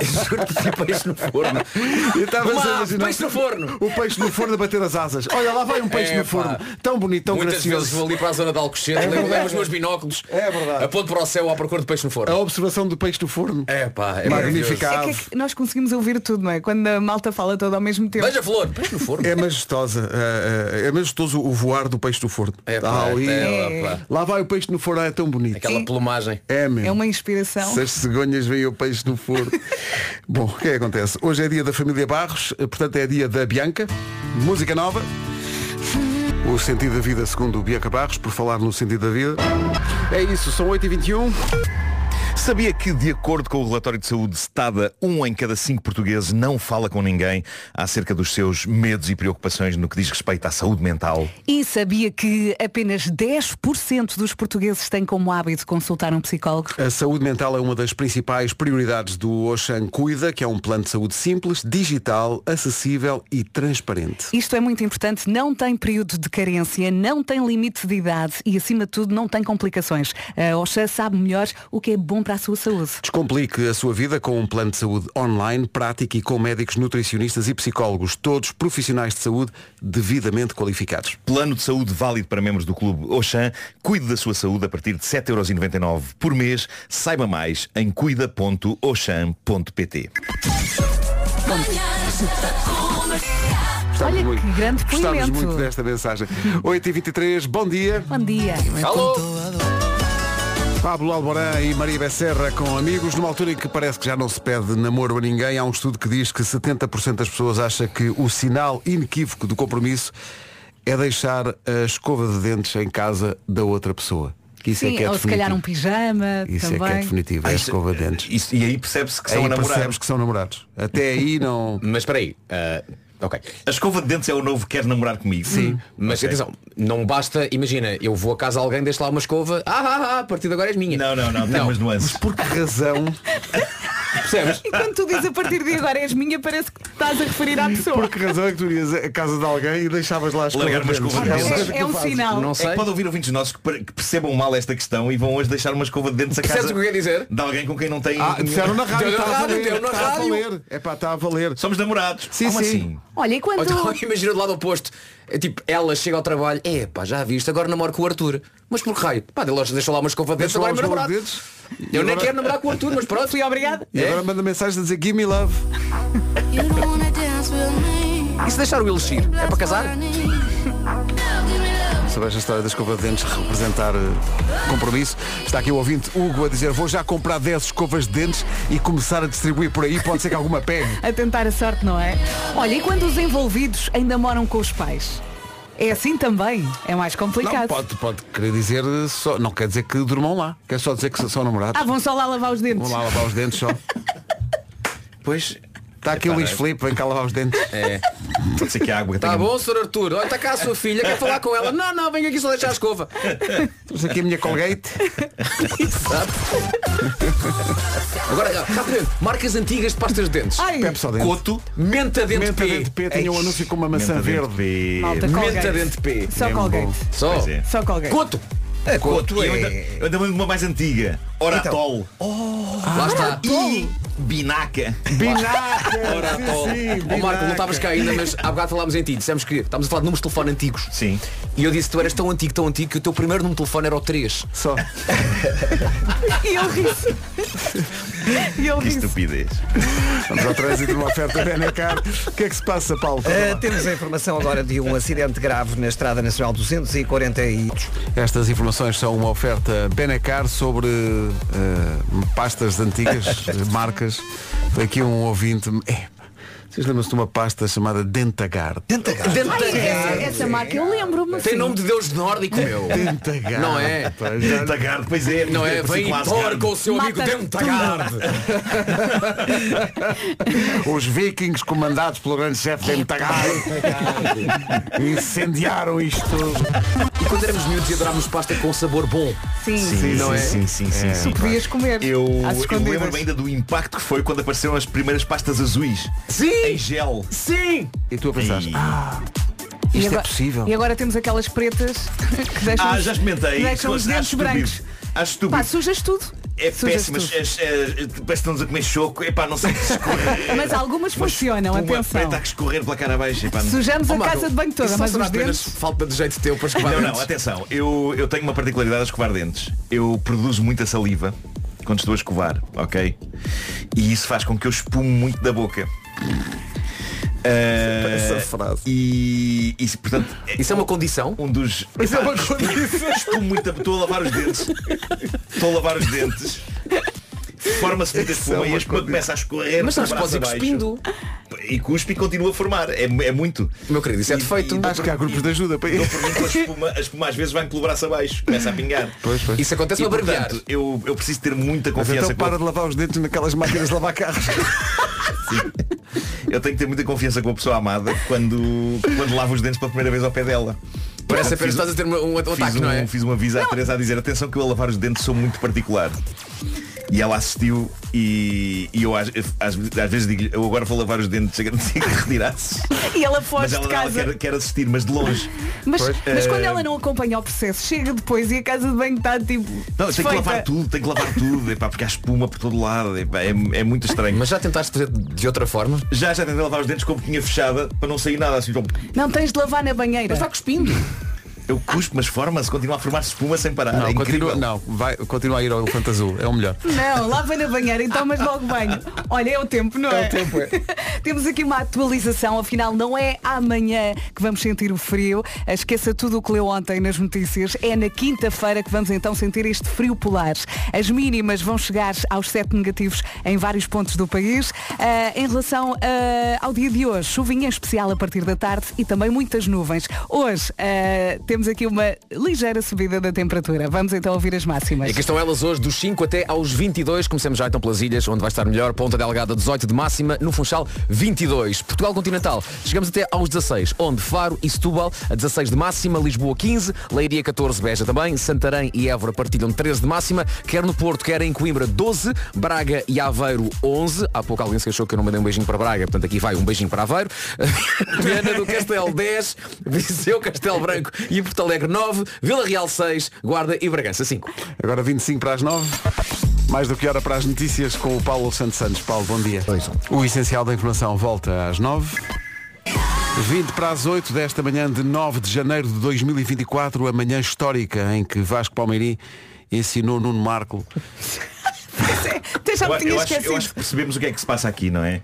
Juro que percebi peixe no forno. Eu estava Uma a ave, imaginar peixe no forno. O peixe no forno a bater as asas. Olha, lá vai um peixe É, no pá. forno. Tão bonito, tão Muitas gracioso. vezes vou ali para a zona de Alcochete, É levo, levo verdade. os meus binóculos, É verdade. aponto para o céu à procura de peixe no forno. A observação do peixe no forno. É pá, é Magnífica É que, é que nós conseguimos ouvir tudo, não é? Quando a malta fala toda ao mesmo tempo. Veja flor, peixe no forno. É majestosa, eh, eh, é majestoso o voar do peixe do forno. É, pá, ali. é, pá. Lá vai o peixe no forno, é tão bonito. Aquela plumagem. É mesmo. É uma inspiração. Se as cegonhas veem o peixe no forno. Bom, o que é que acontece? Hoje é dia da família Barros, eh, portanto é dia da Bianca, música nova. O sentido da vida um. segundo o Bianca Barros, por falar no sentido da vida. É isso, são 8h21. Sabia que, de acordo com o relatório de saúde citada, um em cada cinco portugueses não fala com ninguém acerca dos seus medos e preocupações no que diz respeito à saúde mental? E sabia que apenas 10% dos portugueses têm como hábito consultar um psicólogo? A saúde mental é uma das principais prioridades do Oxan Cuida, que é um plano de saúde simples, digital, acessível e transparente. Isto é muito importante, não tem período de carência, não tem limite de idade e, acima de tudo, não tem complicações. A Oxa sabe melhor o que é bom para a sua saúde. Descomplique a sua vida com um plano de saúde online, prático e com médicos, nutricionistas e psicólogos, todos profissionais de saúde devidamente qualificados. Plano de saúde válido para membros do Clube Oxan. Cuide da sua saúde a partir de 7,99€ por mês. Saiba mais em cuida.oxan.pt Gostamos Olha que grande Gostamos depoimento. muito desta mensagem. 8h23, bom dia. Bom dia. Pablo Alborã e Maria Becerra com amigos. Numa altura em que parece que já não se pede namoro a ninguém, há um estudo que diz que 70% das pessoas acha que o sinal inequívoco do compromisso é deixar a escova de dentes em casa da outra pessoa. Isso é Sim, que é ou se calhar um definitivo. pijama Isso também. é que é definitivo, é a escova de dentes. e aí percebe-se que Aí são a namorar. percebes que são namorados. Até aí não. Mas espera aí. ah, ok. A escova de dentes é o novo quer namorar comigo. Sim. Mas atenção, não basta, imagina, eu vou a casa de alguém, deixo lá uma escova, ah, ah, ah, a partir de agora és minha. Não, não, não, tem umas nuances. por que razão? Percebes? E quando tu dizes a partir de agora és minha, parece que te estás a referir à pessoa. Por que razão é que tu ias à casa de alguém e deixavas lá a escova Largar uma de dentes? escova de Olha, É dentes. olha o um que tu fazes. É que pode ouvir ouvintes nossos que per- que percebam mal esta questão e vão hoje deixar uma escova de dentes a casa. Percebes o que eu quero dizer? De alguém com quem não tem. Ah, disseram na rádio, Deu está a valer, deu na está a rádio. valer. É pá, está a valer. Somos namorados. Sim, Como sim. assim? Olha, e quando. Ou então, imagina do lado oposto. É tipo, ela chega ao trabalho, é pá, já viste, agora namoro com o Arthur. Mas por que raio? Pá, deixa deixa lá uma escova de dentes, Deixa lá agora é meu uma escova de namorado. dentes. E Eu nem agora- quero namorar com o Arthur, mas pronto. Fui obrigado. E agora manda mensagem a dizer Give me love. E se deixar o elixir? É para casar? Sobre esta história da escova de dentes representar eh, compromisso, está aqui o ouvinte Hugo a dizer vou já comprar 10 escovas de dentes e começar a distribuir por aí, pode ser que alguma pegue. A tentar a sorte, não é? Olha, e quando os envolvidos ainda moram com os pais? É assim também? É mais Não, complicado. pode, pode querer dizer eh, só, não quer dizer que durmam lá, quer só dizer que são namorados. Ah, vão só lá lavar os dentes. Vão lá lavar os dentes só. Pois. Está aqui o Luís Filipe, vem cá lavar os dentes. É. Pode ser que a água Tá bom, Sr. Arthur, olha, está cá a sua filha, quer falar com ela. Não, não, venho aqui só deixar a escova. Temos aqui a minha Colgate. Exato. Agora, rapidamente, marcas antigas de pastas de dentes. Ai. Pepe só dente. um Coto, Menta Dente Ah. Menta P. Dente P, tinha um Ei, anúncio com uma maçã Menta Dente verde. P. Malta, Oh, Menta Colgate. Dente P. Só Colgate. Só. Pois é. Só Colgate. Coto. A Coto Coto, é- eu ainda- eu ainda lembro de uma mais antiga. Oratol. Lá Ah. está. E Binaca. Binaca! Ora, sim, Paulo. sim, Ó Marco, não binaca. estavas cá ainda, mas há bocado falámos em ti. Dissemos que estávamos a falar de números de telefone antigos. Sim. E eu disse, tu eras tão antigo, tão antigo, que o teu primeiro número de telefone era o 3. Só. E eu ri-se. E eu Que ri-se. estupidez. Vamos ao trânsito numa oferta da Benacar. O que é que se passa, Paulo? Eh, temos a informação agora de um acidente grave na Estrada Nacional 240 e... Estas informações são uma oferta Benacar sobre eh, pastas antigas, marcas. Foi aqui um ouvinte. É, vocês lembram-se de uma pasta chamada Dentagard? Dentagard. Ai, essa, essa marca eu lembro-me. Tem sim. nome de Deus nórdico, meu. Dentagard. Não é? pá, já- Dentagarde, pois é. Não é? Parecia Vem quase embora garde. com o seu amigo Mata Dentagarde. Os vikings comandados pelo grande chefe Dentagard incendiaram isto tudo. E quando éramos miúdos e adorámos pasta com sabor bom. Sim, Sim, sim, não é? sim, sim, sim, sim. Tu podias comer. Eu, às eu escondidas. lembro-me ainda do impacto que foi quando apareceram as primeiras pastas azuis. Em Sim! gel. Sim! E tu a pensar, E- E isto agora- é possível. E agora temos aquelas pretas que deixam, Ah, os- já experimentei. é assim, que deixam os Acho dentes estúpido. brancos. Acho estúpido. Pá, sujas tudo. É Sujas péssimo, as, tudo. as, as- parece que estamos a comer choco, epá, não sei o que se escorre. Mas algumas funcionam, Uma atenção. preta a escorrer pela cara abaixo, epá, não- Sujamos Ó, a Oh, Marco, casa de banho toda, isso não mas será os apenas dentes. falta de jeito teu para escovar Não, não, dentes? atenção, eu, eu tenho uma particularidade a escovar dentes. Eu produzo muita saliva quando estou a escovar, ok? E isso faz com que eu espume muito da boca. Ah, Essa frase. E, e portanto, é é Isso é uma condição? um dos. Isso é uma Epá, condição. Estou muito a... Estou a lavar os dentes. Estou a lavar os dentes. Forma-se muita Isso é espuma uma e a espuma coisa. começa a escorrer. Mas por sabes que baixo pode ir abaixo. cuspindo. e cuspe e continua a formar. É, é muito. Meu querido, isso é defeito. "Ah, Acho que há grupos de ajuda para Dou por mim com a espuma, a espuma às vezes vai pelo braço abaixo, começa a pingar. Pois, pois. Isso acontece E, no barbear. portanto, eu, eu preciso ter muita Mas confiança então com a para de lavar os dentes naquelas máquinas de lavar carros. Eu tenho que ter muita confiança com a pessoa amada quando, quando lavo os dentes pela primeira vez ao pé dela. Parece Portanto, apenas fiz estás a ter um, um fiz ataque, um, não é? Fiz um aviso à Teresa a dizer atenção que eu a lavar os dentes sou muito particular. E ela assistiu e, e eu às, às- às vezes digo eu agora vou lavar os dentes, chega que retirar-se. E ela foge Mas ela, de ela casa. quer, quer assistir, mas de longe. Mas, Pois, mas eh, quando ela não acompanha o processo, chega depois e a casa de banho está tipo. Não, tem que desfeita. lavar tudo, tem que lavar tudo, epá, porque há espuma por todo lado, epá, é, é muito estranho. Mas já tentaste fazer de outra forma? Já, já tentei lavar os dentes com a boquinha fechada para não sair nada assim. tipo, Não tens de lavar na banheira. Mas está cuspindo. Eu cuspo, mas forma-se, continua a formar-se espuma sem parar. Não, é continua, incrível. não vai, continua a ir ao elefante azul, é o melhor. Não, lava na banheira e tomas logo banho. Olha, é o tempo, não é? o tempo, é. Temos aqui uma atualização, afinal não é amanhã que vamos sentir o frio. Ah, Esqueça tudo o que leu ontem nas notícias. É na quinta-feira que vamos então sentir este frio polar. As mínimas vão chegar aos sete negativos em vários pontos do país. Ah, em relação ah, ao dia de hoje, chuvinha especial a partir da tarde e também muitas nuvens. Hoje ah, temos aqui uma ligeira subida da temperatura. Vamos então ouvir as É máximas. E aqui estão elas hoje, dos 5 até aos 22. Começamos já então pelas ilhas, onde vai estar melhor. Ponta Delgada, 18 de máxima. No Funchal, 22. Portugal Continental, chegamos até aos 16. Onde Faro e Setúbal, 16 de máxima. Lisboa, 15. Leiria, 14. Beja também. Santarém e Évora partilham 13 de máxima. Quer no Porto, quer em Coimbra, 12. Braga e Aveiro, 11. Há pouco alguém se achou que eu não mandei um beijinho para Braga. Portanto, aqui vai um beijinho para Aveiro. Viana do Castelo, 10. Viseu, Castelo Branco e Porto Alegre, 9. Vila Real, 6. Guarda e Bragança, 5. Agora 25 para as 9. Mais do que hora para as notícias com o Paulo Santos Santos. Paulo, bom dia. O essencial da informação volta às 9. 20 para as 8 desta manhã de 9 de janeiro de 2024, a manhã histórica em que Vasco Palmeirim ensinou Nuno Marco. Até já Eu, me a- tinha eu acho, eu esquecido. acho que percebemos o que é que se passa aqui, não é?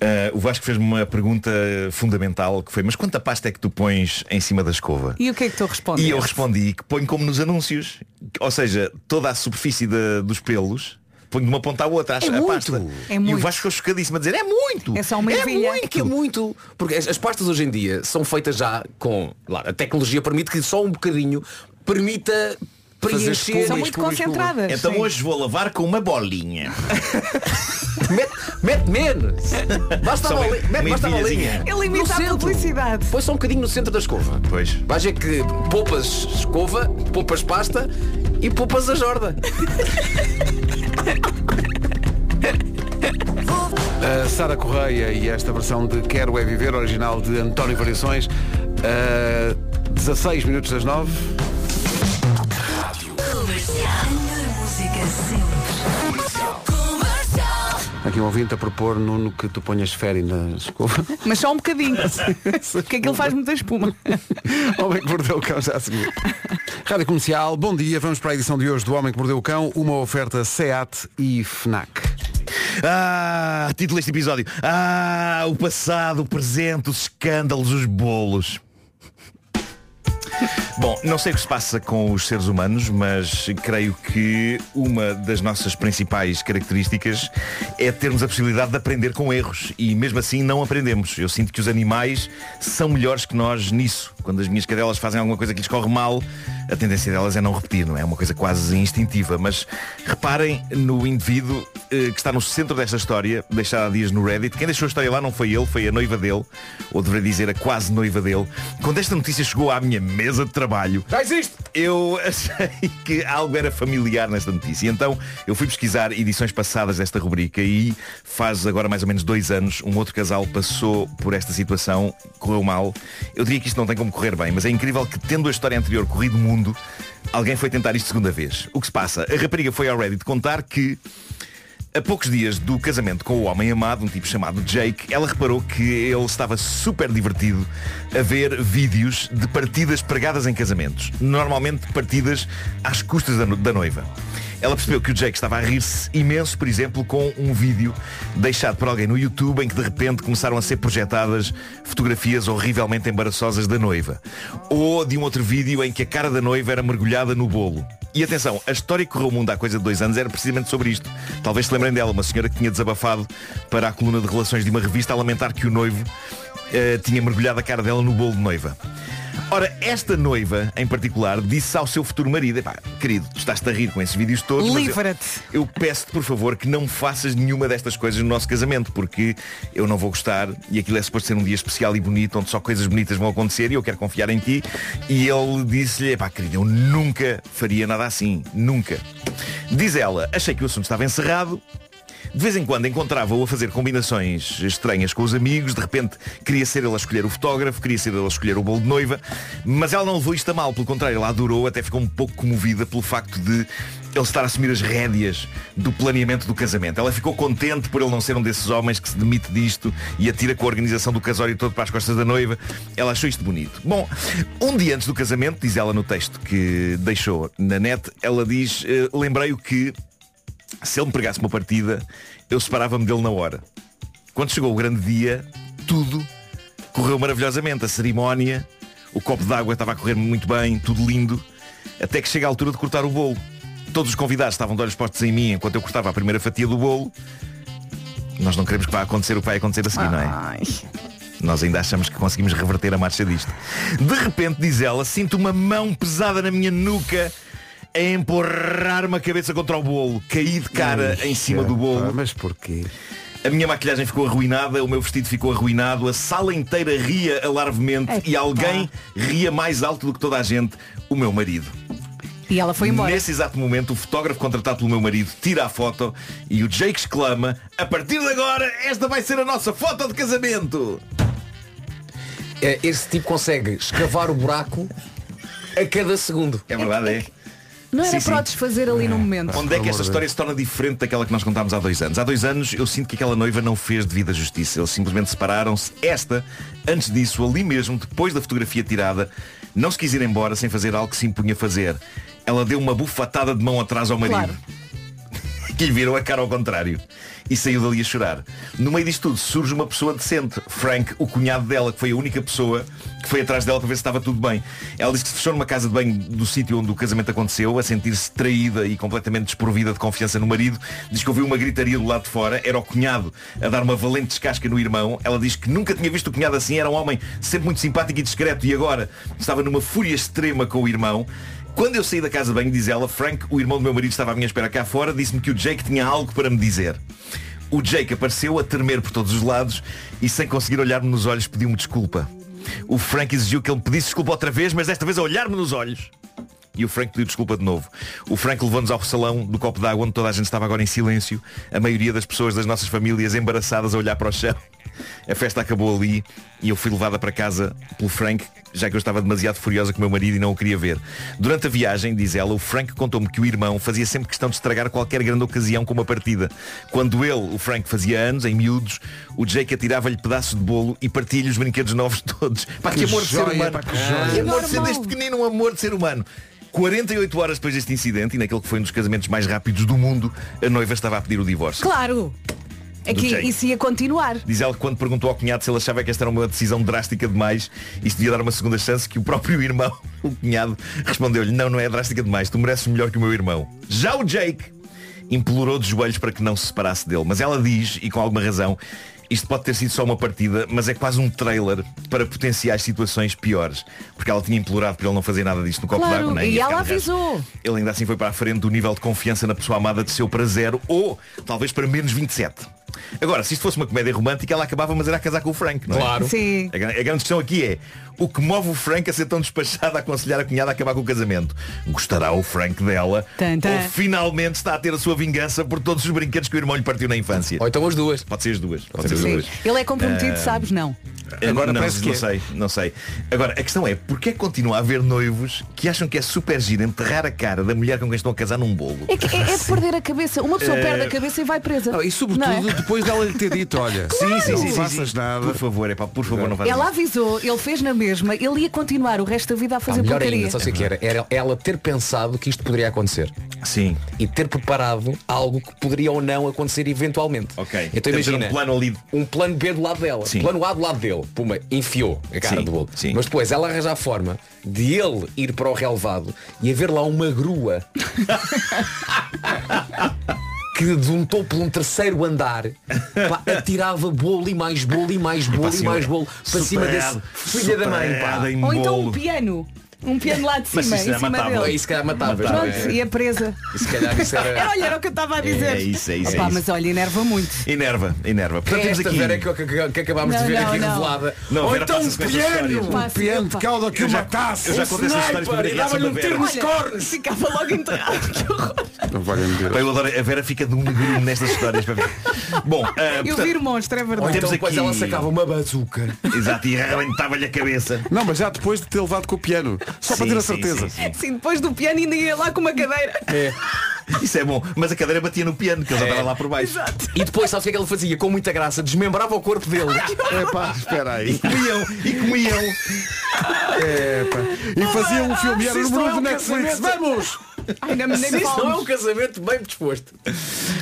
Ah, o Vasco fez-me uma pergunta fundamental que foi, mas quanta pasta é que tu pões em cima da escova? E o que é que tu respondes? E eu respondi que ponho como nos anúncios. Ou seja, toda a superfície da- dos pelos ponho de uma ponta à outra, a, É a muito. pasta. É e muito. o Vasco ficou chocadíssimo a dizer, é muito! É só uma ervilha. muito, que é muito. Porque as, as pastas hoje em dia são feitas já com. Claro, a tecnologia permite que só um bocadinho permita preencher. Então hoje vou lavar com uma bolinha. Mete menos! Basta a Só uma- bolinha. Mete- uma basta a bolinha. ervilhazinha. Ele imita No a centro. publicidade. Põe só um bocadinho no centro da escova. Pois. Vais ver que poupas escova, poupas pasta e poupas a jorda. A Sara Correia e esta versão de Quero é Viver, original de António Variações, a 16 minutos das 9. Aqui um ouvinte a propor, Nuno, que tu ponhas férias na escova. Mas só um bocadinho. Porque aquilo faz muita espuma. Homem que mordeu o cão já a seguir. Rádio Comercial, bom dia. Vamos para a edição de hoje do Homem que Mordeu o Cão, uma oferta SEAT e FNAC. Ah, título deste episódio. Ah, o passado, o presente, os escândalos, os bolos. Bom, não sei o que se passa com os seres humanos, mas creio que uma das nossas principais características é termos a possibilidade de aprender com erros e mesmo assim não aprendemos. Eu sinto que os animais são melhores que nós nisso. Quando as minhas cadelas fazem alguma coisa que lhes corre mal, a tendência delas é não repetir, não é? É uma coisa quase instintiva. Mas reparem no indivíduo eh, que está no centro desta história, deixada há dias no Reddit. Quem deixou a história lá não foi ele, foi a noiva dele, ou deveria dizer a quase noiva dele. Quando esta notícia chegou à minha mesa de trabalho, já existe! Eu achei que algo era familiar nesta notícia. E Então eu fui pesquisar edições passadas desta rubrica e faz agora mais ou menos dois anos um outro casal passou por esta situação, correu mal. Eu diria que isto não tem como correr bem, mas é incrível que tendo a história anterior corrido mundo, alguém foi tentar isto segunda vez. O que se passa? A rapariga foi ao Reddit contar que a poucos dias do casamento com o homem amado, um tipo chamado Jake, ela reparou que ele estava super divertido a ver vídeos de partidas pregadas em casamentos. Normalmente partidas às custas da, no- da noiva. Ela percebeu que o Jake estava a rir-se imenso, por exemplo, com um vídeo deixado por alguém no YouTube em que de repente começaram a ser projetadas fotografias horrivelmente embaraçosas da noiva. Ou de um outro vídeo em que a cara da noiva era mergulhada no bolo. E atenção, a história que correu o mundo há coisa de dois anos era precisamente sobre isto. Talvez se lembrem dela, uma senhora que tinha desabafado para a coluna de relações de uma revista a lamentar que o noivo eh, tinha mergulhado a cara dela no bolo de noiva. Ora, esta noiva, em particular, disse ao seu futuro marido, "Epá, querido, tu estás-te a rir com esses vídeos todos. mas eu- Livra-te. eu, peço-te, por favor, que não faças nenhuma destas coisas no nosso casamento, porque eu não vou gostar e aquilo é suposto ser um dia especial e bonito, onde só coisas bonitas vão acontecer e eu quero confiar em ti. E ele disse-lhe, "Epá, querido, eu nunca faria nada assim. Nunca. Diz ela, achei que o assunto estava encerrado, de vez em quando encontrava-o a fazer combinações estranhas com os amigos, de repente queria ser ele a escolher o fotógrafo, queria ser ele a escolher o bolo de noiva, mas ela não levou isto a mal, pelo contrário, ela adorou, até ficou um pouco comovida pelo facto de ele estar a assumir as rédeas do planeamento do casamento. Ela ficou contente por ele não ser um desses homens que se demite disto e atira com a organização do casório todo para as costas da noiva. Ela achou isto bonito. Bom, um dia antes do casamento, diz ela no texto que deixou na net, ela diz, eh, lembrei-o que se ele me pregasse uma partida, eu separava-me dele na hora. Quando chegou o grande dia, tudo correu maravilhosamente. A cerimónia, o copo d'água estava a correr muito bem, tudo lindo, até que chega a altura de cortar o bolo. Todos os convidados estavam de olhos postos em mim enquanto eu cortava a primeira fatia do bolo. Nós não queremos que vá acontecer o que vai acontecer a Ah, seguir, não é? Nós ainda achamos que conseguimos reverter a marcha disto. De repente, diz ela, sinto uma mão pesada na minha nuca a empurrar-me a cabeça contra o bolo. Caí de cara em cima do bolo. é, Mas porquê? A minha maquilhagem ficou arruinada, o meu vestido ficou arruinado, a sala inteira ria alarvemente e alguém ria mais alto do que toda a gente, o meu marido. E ela foi embora. Nesse exato momento, o fotógrafo contratado pelo meu marido tira a foto e o Jake exclama, a partir de agora, esta vai ser a nossa foto de casamento. É, Esse tipo consegue escavar o buraco a cada segundo. É verdade, é. Não era Sim, para o sim. desfazer ali no momento. Onde é que esta história se torna diferente daquela que nós contámos há dois anos? Há dois anos eu sinto que aquela noiva não fez devida justiça. Eles simplesmente separaram-se. Esta, antes disso, ali mesmo, depois da fotografia tirada, não se quis ir embora sem fazer algo que se impunha fazer. Ela deu uma bufatada de mão atrás ao marido. Claro. que lhe virou a cara ao contrário e saiu dali a chorar. No meio disto tudo surge uma pessoa decente, Frank, o cunhado dela, que foi a única pessoa que foi atrás dela para ver se estava tudo bem. Ela disse que se fechou numa casa de banho do sítio onde o casamento aconteceu, a sentir-se traída e completamente desprovida de confiança no marido. Diz que ouviu uma gritaria do lado de fora, era o cunhado a dar uma valente descasca no irmão. Ela diz que nunca tinha visto o cunhado assim, era um homem sempre muito simpático e discreto e agora estava numa fúria extrema com o irmão. Quando eu saí da casa de banho, diz ela, Frank, o irmão do meu marido estava à minha espera cá fora, disse-me que o Jake tinha algo para me dizer. O Jake apareceu a tremer por todos os lados e sem conseguir olhar-me nos olhos pediu-me desculpa. O Frank exigiu que ele me pedisse desculpa outra vez, mas desta vez a olhar-me nos olhos. E o Frank pediu desculpa de novo. O Frank levou-nos ao salão do copo d'água onde toda a gente estava agora em silêncio, a maioria das pessoas das nossas famílias embaraçadas a olhar para o chão. A festa acabou ali e eu fui levada para casa pelo Frank, já que eu estava demasiado furiosa com o meu marido e não o queria ver. Durante a viagem, diz ela, o Frank contou-me que o irmão fazia sempre questão de estragar qualquer grande ocasião com uma partida. Quando ele, o Frank, fazia anos, em miúdos, o Jake atirava-lhe pedaços de bolo e partia-lhe os brinquedos novos todos. Pá, que, Que amor de ser joia, humano. pá, que joia. Que amor de ser Normal. deste pequenino, um amor de ser humano. 48 horas depois deste incidente, e naquele que foi um dos casamentos mais rápidos do mundo, a noiva estava a pedir o divórcio. Claro. É Do que Jake. isso ia continuar. Diz ela que quando perguntou ao cunhado se ele achava que esta era uma decisão drástica demais e se devia dar uma segunda chance, que o próprio irmão, o cunhado, respondeu-lhe, não, não é drástica demais, tu mereces melhor que o meu irmão. Já o Jake implorou de joelhos para que não se separasse dele. Mas ela diz, e com alguma razão, isto pode ter sido só uma partida, mas é quase um trailer para potenciais situações piores. Porque ela tinha implorado para ele não fazer nada disto no copo Claro, d'água, é? nem e ia ela ficar de resto. avisou. Ele ainda assim foi para a frente do nível de confiança na pessoa amada de seu para zero ou talvez para menos 27. Agora, se isto fosse uma comédia romântica, ela acabava, mas era a casar com o Frank, não é? Claro. Sim. A, gran- a grande questão aqui é o que move o Frank a ser tão despachado a aconselhar a cunhada a acabar com o casamento? Gostará o Frank dela? Tan, tan. Ou finalmente está a ter a sua vingança por todos os brinquedos que o irmão lhe partiu na infância? Ou então as duas. Pode ser as duas. Pode ser as Sim. duas. Ele é comprometido, Ah, sabes? Não. Agora não, parece que não é. sei, não sei. Agora, a questão é, porquê continua a haver noivos que acham que é super giro enterrar a cara da mulher com quem estão a casar num bolo? É, que é- é de perder a cabeça. Uma pessoa Eh, perde a cabeça e vai presa. e sobretudo Não é? depois dela lhe ter dito, olha, Sim, sim, não sim, sim, faças sim. nada. Por favor, é pá, por favor, não faças Ela avisou, ele fez na mesma, ele ia continuar o resto da vida a Pá, fazer melhor porcaria. ainda, só sei o que era, era ela ter pensado que isto poderia acontecer. Sim. E ter preparado algo que poderia ou não acontecer eventualmente. Ok. Então Portanto, imagina. era um plano ali. Um plano B do lado dela. Sim. Plano A do lado dele. Puma, enfiou a cara Sim, do bolo. Mas depois ela arranja a forma de ele ir para o relevado e haver lá uma grua que de um topo de um terceiro andar pá, atirava bolo e mais bolo e mais bolo e senhora, mais bolo para cima desse superada, filha da mãe. Pá. superada em Ou então um piano. Um piano lá de Mas cima, isso em era cima matável. é dele. Isso, calhar, matável. Pronto, e a presa. E se calhar isso era- Era, olha, era o que eu estava a É dizer. isso, é isso, é Opa, isso. Mas olha, enerva muito. Enerva, enerva. Portanto, É temos esta aqui. Vera que, é que, que acabámos Não, de ver não, aqui não. revelada. Não, Ou Vera, então um passa-se com essas piano, histórias. um piano de cauda que Eu o já- matasse. eu já um contei essas histórias para sniper, e Vera, dava-lhe um sobre a tiro Vera. nos cornos. Ficava logo enterrado. Pá, eu adoro, a Vera fica de um negro nestas histórias. pá. Bom, ah, Eu portanto- vi o monstro, é Ou verdade. então depois ela sacava uma bazuca. Exato, e arrebentava-lhe a cabeça. Não, mas já depois de ter levado com o piano. Só para Sim, ter a sim, certeza. sim, sim. Sim, depois do piano ainda ia lá com uma cadeira. É. Isso é bom, mas a cadeira batia no piano, que ele já estava lá por baixo. E depois, sabes o que é que ele fazia? Com muita graça, desmembrava o corpo dele. Epá, espera aí. Comiam, e comiam. Epá. E fazia um filme, era o Se número isto não um é do um Netflix. casamento- Vamos! Ai, não me Se nem isso não é fales. um casamento bem disposto.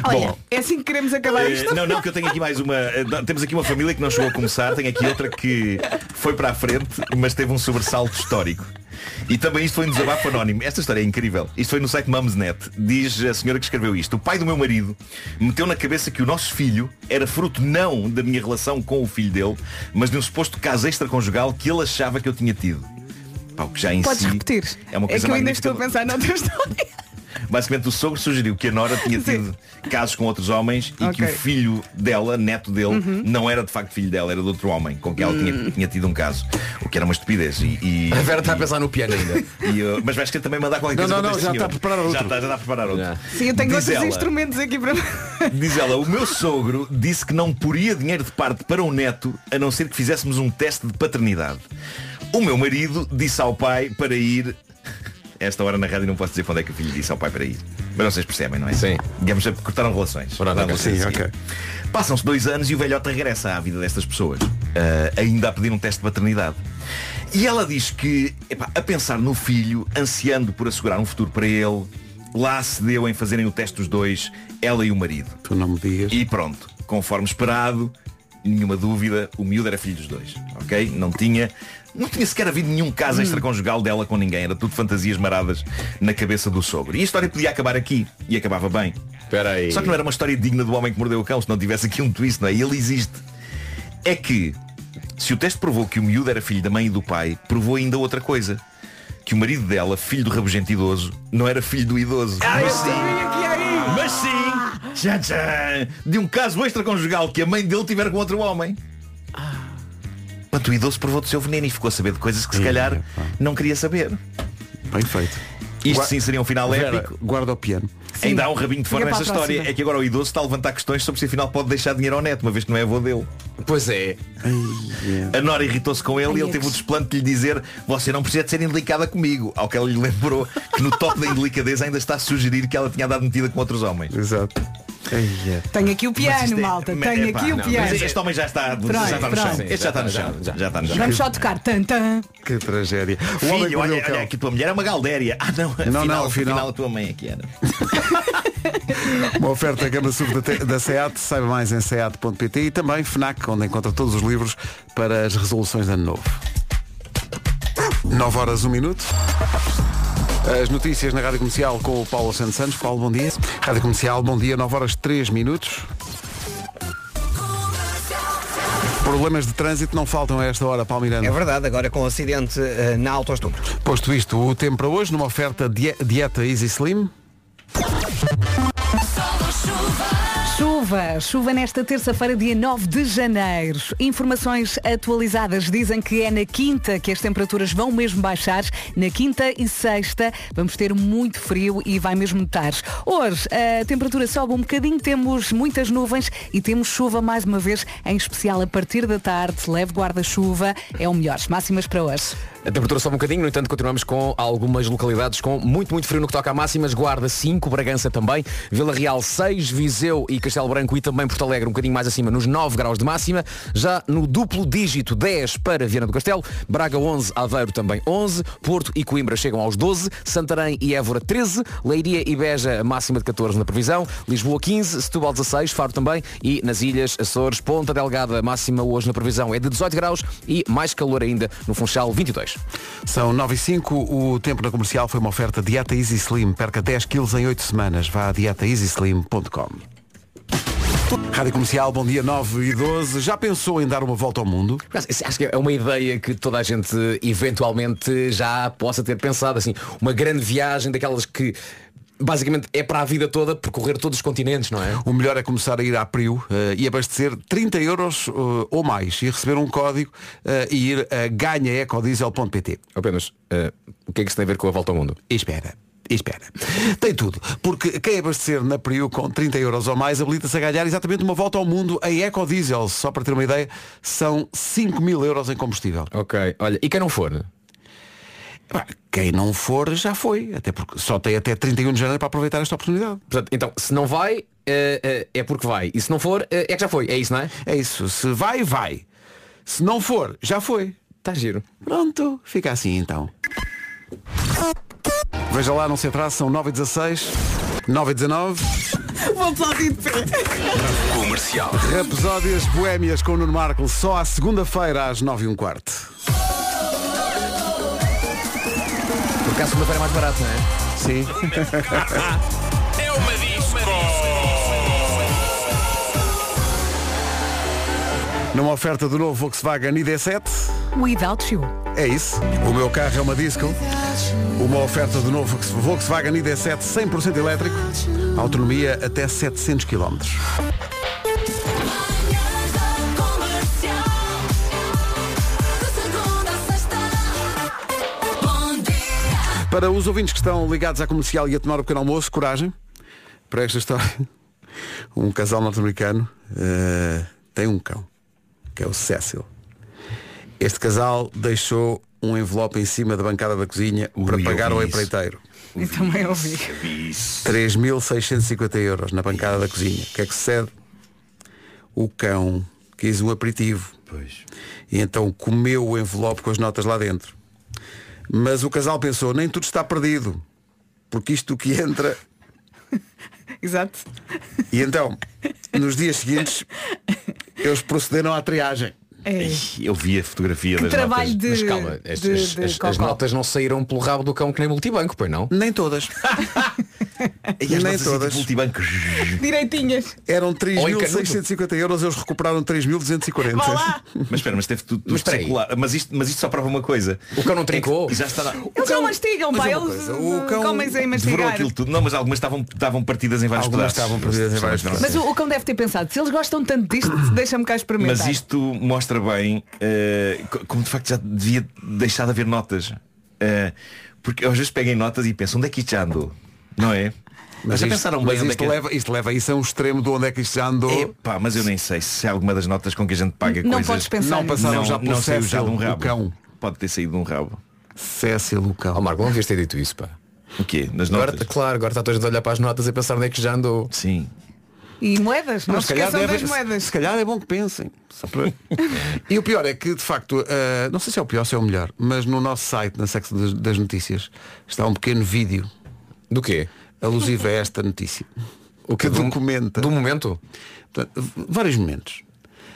Olha, Bom. é assim que queremos acabar Eh, isto. não, não, que eu tenho aqui mais uma. eh, não, Temos aqui uma família que não chegou a começar, tem aqui outra que foi para a frente, mas teve um sobressalto histórico. E também isto foi um desabafo anónimo. Esta história é incrível. Isto foi no site Mumsnet. Diz a senhora que escreveu isto. O pai do meu marido meteu na cabeça que o nosso filho era fruto não da minha relação com o filho dele, mas de um suposto caso extraconjugal que ele achava que eu tinha tido. Pá, o que já em Podes si repetir. É uma coisa que eu ainda magnífica. estou a pensar noutra história. Basicamente o sogro sugeriu que a Nora tinha tido casos com outros homens e que Ok. o filho dela, neto dele, Uhum. Hum. não era de facto filho dela, era de outro homem com quem ela tinha, tinha tido um caso. O que era uma estupidez. E, e- A Vera está a pensar no piano ainda. e, uh, mas vais querer também mandar qualquer Não, coisa. contra não, não, este já senhor. está a preparar outro. Já está, já está a preparar outro. Sim, eu tenho Diz outros ela- instrumentos aqui para. Diz ela, o meu sogro disse que não poria dinheiro de parte para um neto a não ser que fizéssemos um teste de paternidade. O meu marido disse ao pai para ir. Esta hora na rádio não posso dizer quando é que o filho disse ao pai para ir. Mas vocês percebem, não é? Sim. Digamos, já cortaram relações. Cortaram ok. relações Sim, a seguir. Passam-se dois anos e o velhote regressa à vida destas pessoas, ah, ainda a pedir um teste de paternidade. E ela diz que, epá, a pensar no filho, ansiando por assegurar um futuro para ele, lá se deu em fazerem o teste dos dois, ela e o marido. Tu não me digas. E pronto, conforme esperado, nenhuma dúvida, o miúdo era filho dos dois, ok? Não tinha, não tinha sequer havido nenhum caso extraconjugal dela com ninguém, era tudo fantasias maradas na cabeça do sogro. E a história podia acabar aqui, e acabava bem. Só que não era uma história digna do homem que mordeu o cão, se não tivesse aqui um twist, não é? E ele existe. É que, se o teste provou que o miúdo era filho da mãe e do pai, provou ainda outra coisa. Que o marido dela, filho do rabugento idoso, não era filho do idoso. Mas sim- mas sim, tchan, tchan, de um caso extraconjugal que a mãe dele tiver com outro homem. Mas o idoso provou do seu veneno e ficou a saber de coisas que se calhar não queria saber. Bem feito. Isto Gua- sim seria um final Vera, épico. Guarda o piano. Ainda há um rabinho de fora Fica para nessa a próxima. história. É que agora o idoso está a levantar questões sobre se afinal pode deixar dinheiro ao neto, uma vez que não é avô dele. Pois é. A Nora irritou-se com ele Ai, e é ele teve que- o desplante de lhe dizer você não precisa de ser indelicada comigo. Ao que ela lhe lembrou que no top da indelicadeza ainda está a sugerir que ela tinha dado metida com outros homens. Exato. Tenho aqui o piano, malta. Tenho Epá, aqui o não, piano. é- mas é Este homem já está, Pronto, já está no chão. pronto. Este já está no chão. Já está no chão. Vamos só tocar. Tan, tan. Que tragédia. O homem que Filho, mordeu olha, o cão. olha que a tua mulher é uma galdéria. Ah não, afinal, não, afinal, afinal a tua mãe é que era. Uma oferta Gama Sub da, Te- da SEAT, saiba mais em seat.pt e também FNAC, onde encontra todos os livros para as resoluções de ano novo. 9 horas, 1 minuto. As notícias na Rádio Comercial com o Paulo Santos Santos. Paulo, bom dia. Rádio Comercial, bom dia, 9 horas, 3 minutos. Problemas de trânsito não faltam a esta hora, Paulo Miranda. É verdade, agora com o acidente eh, na autoestudo. Posto isto, o tempo para hoje numa oferta die- dieta Easy Slim. Chuva, chuva nesta terça-feira, dia 9 de janeiro. Informações atualizadas dizem que é na quinta que as temperaturas vão mesmo baixar. Na quinta e sexta vamos ter muito frio e vai mesmo notar. Hoje a temperatura sobe um bocadinho, temos muitas nuvens e temos chuva mais uma vez, em especial a partir da tarde. Leve guarda-chuva, é o melhor. Máximas para hoje. A temperatura sobe um bocadinho, no entanto continuamos com algumas localidades com muito, muito frio no que toca a máximas. Guarda 5, Bragança também, Vila Real 6, Viseu e Castelo Branco e também Porto Alegre um bocadinho mais acima nos 9 graus de máxima. Já no duplo dígito 10 para Viana do Castelo, Braga 11, Aveiro também 11, Porto e Coimbra chegam aos 12, Santarém e Évora 13, Leiria e Beja máxima de 14 na previsão, Lisboa 15, Setúbal 16, Faro também e nas Ilhas Açores, Ponta Delgada a máxima hoje na previsão é de 18 graus e mais calor ainda no Funchal 22. São 9 e 5, o tempo na comercial foi uma oferta Dieta Easy Slim. Perca 10 quilos em 8 semanas. Vá a dietaeasyslim.com. Rádio Comercial, bom dia 9 e 12. Já pensou em dar uma volta ao mundo? Acho que é uma ideia que toda a gente eh, eventualmente já possa ter pensado, assim, uma grande viagem daquelas que basicamente é para a vida toda percorrer todos os continentes, não é? O melhor é começar a ir à Priu eh, e abastecer 30 euros eh, ou mais e receber um código eh, e ir a ganhaecodiesel.pt. Apenas, o que é que isso tem a ver com a volta ao mundo? Espera. Espera. Tem tudo. Porque quem abastecer na Priu com 30 euros ou mais habilita-se a ganhar exatamente uma volta ao mundo em ecodiesel. Só para ter uma ideia, são 5 mil euros em combustível. Ok, olha, e quem não for? Quem não for, já foi. Até porque só tem até 31 de janeiro para aproveitar esta oportunidade. Portanto, então, se não vai, eh, eh, é porque vai. E se não for, eh, é que já foi. É isso, não é? É isso. Se vai, vai. Se não for, já foi. Está Tá giro. Pronto, fica assim então. Veja lá, não se atrasa, são 9 e 16 9 e 19 Vou aplaudir de pé. Comercial. Rapsódias Boémias com o Nuno Marco, só à segunda-feira às 9 e um quarto. Porque a segunda-feira é mais barata, não é? Sim. É uma disco. Numa oferta do novo Volkswagen ID7. Without you. É isso. O meu carro é uma disco. Uma oferta do novo Volkswagen ID7 100% elétrico. Autonomia até 700 km. Para os ouvintes que estão ligados à comercial e a tomar o pequeno almoço, coragem para esta história. Um casal norte-americano eh, tem um cão, que é o Cecil. Este casal deixou um envelope em cima da bancada da cozinha para eu pagar vi ao isso. empreiteiro. Eu também ouvi. 3.650 euros na bancada da cozinha. O que é que sucede? O cão quis um aperitivo. E então comeu o envelope com as notas lá dentro. Mas o casal pensou, nem tudo está perdido. Porque isto que entra. Exato. E então, nos dias seguintes, eles procederam à triagem. É. Eu vi a fotografia Que das trabalho notas. de- Mas calma, as, de- as- de as- as cocó. notas não saíram pelo rabo do cão que nem multibanco, pois não? Nem todas. E nem as notas assim, todas. tipo multibanco. Direitinhas. Eram Ou em canudo. 3.650 euros, eles recuperaram 3.240. Vá lá. Mas espera, mas teve tudo, tudo Mas espera aí. circular. Mas isto, mas isto só prova uma coisa. O cão não trincou? É que já está lá. Eles não mastigam, pá. Eles uh, comem-se a devorou mastigar. aquilo tudo. Não, mas algumas estavam, estavam partidas em vários Algumas pedaços. estavam partidas em vários Mas o, o cão deve ter pensado, se eles gostam tanto disto, deixa-me cá experimentar. Mas isto mostra bem eh, co- como de facto já devia deixar de haver notas. Eh, porque às vezes peguem notas e pensam onde é que isto já andou? Não é? Mas, já isto- pensaram bem mas onde é isto, que leva, isto leva a isso a um extremo de onde é que isto já andou. Epá, mas eu nem sei se alguma das notas com que a gente paga Não coisas podes pensar Não passaram não, já pelo não saiu já Cecil, de um o rabo. cão. Pode ter saído de um rabo. Cécil, o cão. Oh, Marco, não devias ter dito isso, pá. O quê? Nas Agora, tá notas? tá claro, agora está toda a gente a olhar para as notas e a pensar onde é que já andou. Sim. E moedas, não Mas se esqueçam devem- das moedas. se calhar é bom que pensem. Só para- e o pior é que, de facto, eh, não sei se é o pior ou se é o melhor, mas no nosso site, na secção das, das notícias, está um pequeno vídeo Do quê? alusivo a esta notícia. O Que quê? um- Do- documenta Do momento? portanto, v- vários momentos.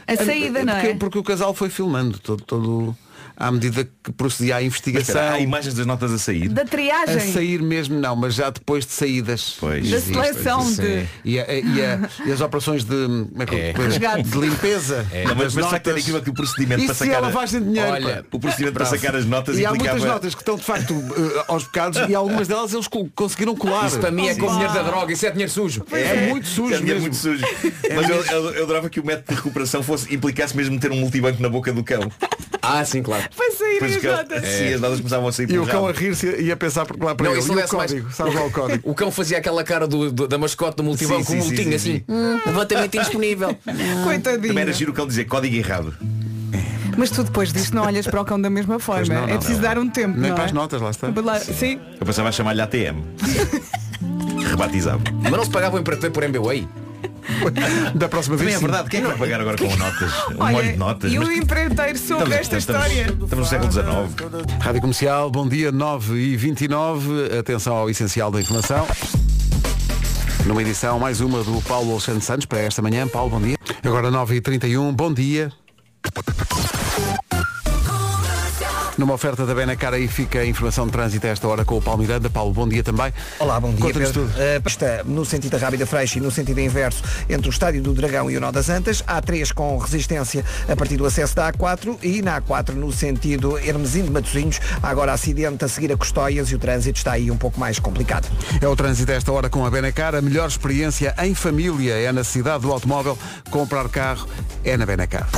Eh, A saída, não porque, é? porque o casal foi filmando todo, todo à medida que procedia à Mas investigação. espera, há imagens das notas a sair. Da A triagem, sair mesmo não, mas já depois de saídas. Pois. da Existe. seleção sim. de... E, a- e a- e as operações de, como é que eu- É. Resgate. de limpeza. É. Não, mas das mas será que era notas. aquilo que o procedimento Isso para é sacar. a- lavagem de dinheiro. Olha, pá. O procedimento para sacar as notas E há implicava. muitas notas que estão de facto eh, aos bocados e algumas delas eles co- conseguiram colar. Isso para mim é como dinheiro da droga, isso é dinheiro sujo. É muito sujo É mesmo. dinheiro muito sujo. Mas eu, eu, eu adorava que o método de recuperação fosse, implicasse mesmo ter um multibanco na boca do cão. Ah, sim, claro. Para sair Pois as o cão- notas. Sim, as notas começavam a sair E pelo o cão a rabo. rir-se e a pensar por lá para Não, ele. isso E não o é só código, mais- sabe lá o código. O cão fazia aquela cara do- do- da mascote do multibão Sim, com sim, o sim, multinho sim, assim. Hum, Levantamento indisponível. Coitadinho. Também era giro o cão dizer código errado. Mas tu depois disto não olhas para o cão da mesma forma. não, não, é preciso não. dar um tempo. Nem não para é? as notas, lá está. Lá- Sim. Eu pensava a chamar-lhe ATM. Rebatizava. Mas não se pagava o empreiteiro por MBWay? da próxima Também vez. é sim. verdade, quem é que vai pagar agora com notas? Um Olha, molho de notas? e o empreiteiro sobre esta história? Estamos no século XIX. Rádio Comercial, bom dia, 9 e 29 Atenção ao essencial da informação. Numa edição, mais uma do Paulo Alexandre Santos para esta manhã. Paulo, bom dia. Agora 9 e 31 bom dia. Numa oferta da Benacar aí fica a informação de trânsito a esta hora com o Paulo Miranda. Paulo, bom dia também. Olá, bom dia, Conta-nos Pedro. Eh, pasta no sentido da Rábida Freixo e no sentido inverso, entre o Estádio do Dragão e o Nó das Antas, A3 com resistência a partir do acesso da A4 e na A4 no sentido Hermesim de Matosinhos, há agora acidente a seguir a Custóias e o trânsito está aí um pouco mais complicado. É o trânsito a esta hora com a Benacar. A melhor experiência em família é na cidade do automóvel. Comprar carro é na Benacar.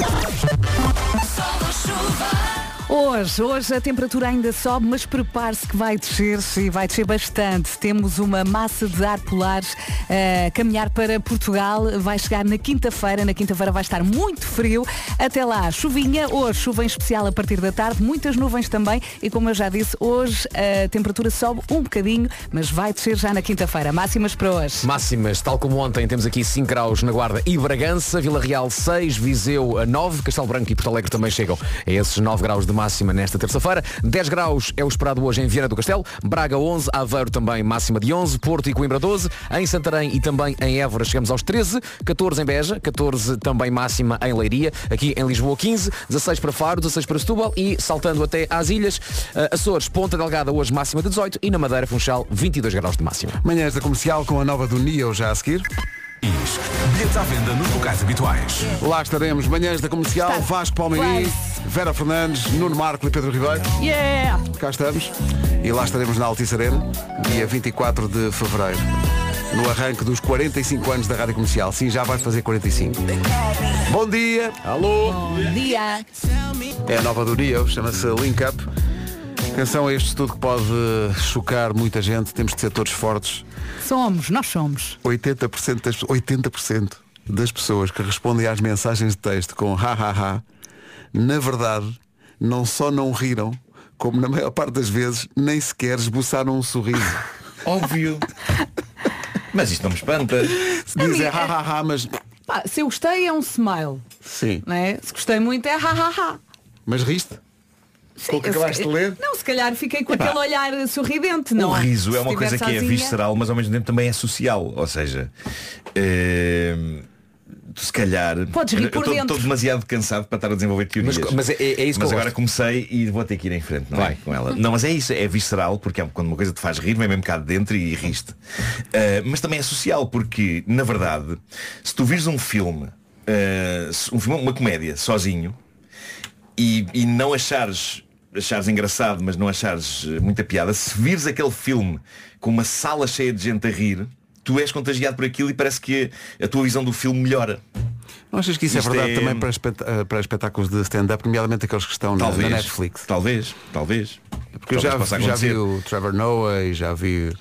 Hoje, hoje a temperatura ainda sobe, mas prepare-se que vai descer e vai descer bastante. Temos uma massa de ar polar a caminhar para Portugal. Vai chegar na quinta-feira. Na quinta-feira vai estar muito frio. Até lá, chuvinha. Hoje, chuva em especial a partir da tarde. Muitas nuvens também. E como eu já disse, hoje a temperatura sobe um bocadinho, mas vai descer já na quinta-feira. Máximas para hoje. Máximas, tal como ontem, temos aqui 5 graus na Guarda e Bragança, Vila Real 6, Viseu a 9, Castelo Branco e Porto Alegre também chegam a esses 9 graus de máxima nesta terça-feira. 10 graus é o esperado hoje em Viana do Castelo, Braga 11, Aveiro também máxima de 11, Porto e Coimbra 12, em Santarém e também em Évora chegamos aos 13, 14 em Beja, 14 também máxima em Leiria, aqui em Lisboa 15, 16 para Faro, 16 para Setúbal e saltando até às ilhas, eh, Açores, Ponta Delgada hoje máxima de 18 e na Madeira Funchal 22 graus de máxima. Manhãs da Comercial com a nova do Nio já a seguir. Bilhetes à venda nos locais habituais. Lá estaremos. Manhãs da Comercial, Vasco Palmeirim, Vera Fernandes, Nuno Marco e Pedro Ribeiro. Yeah! Cá estamos. E lá estaremos na Altice Arena, dia 24 de Fevereiro. No arranque dos 45 anos da Rádio Comercial. Sim, já vais fazer 45. Bom dia. Alô. Bom dia. É a nova do Neo, chama-se Link Up. Atenção a este estudo que pode chocar muita gente. Temos de ser todos fortes. Somos, nós somos. 80% das, 80% das pessoas que respondem às mensagens de texto com ha ha ha, na verdade, não só não riram, como na maior parte das vezes nem sequer esboçaram um sorriso. Óbvio. Mas isto não me espanta. Se dizem ha ha ha, mas Pá, se eu gostei é um smile, sim. não é? Se gostei muito é ha ha ha. Mas riste? Sim, Com o que eu acabaste sei- de ler? Não, se calhar fiquei com Epá. aquele olhar sorridente, não o é? riso é Se uma coisa estiver que é sozinha- visceral, mas ao mesmo tempo também é social. Ou seja, eh, se calhar. Podes rir Eu por tô- dentro. tô demasiado cansado para estar a desenvolver teorias. Mas co- mas é- é- é isso que Mas eu agora gosto. comecei e vou ter que ir em frente, não é? Com ela. Não, mas é isso, é visceral, porque é quando uma coisa te faz rir, vem mesmo cá de dentro e riste. Eh, mas também é social, porque, na verdade, se tu vires um filme, eh, se- um filme, uma comédia, sozinho, e, e não achares achares engraçado, mas não achares eh, muita piada, se vires aquele filme com uma sala cheia de gente a rir, tu és contagiado por aquilo e parece que a, a tua visão do filme melhora. Não achas que isso Isto é verdade é- também para, espet- eh, para espetáculos de stand-up, nomeadamente aqueles que estão na- Talvez. na Netflix? Talvez, talvez. Porque eu já, Talvez possa já vi acontecer. o Trevor Noah e já vi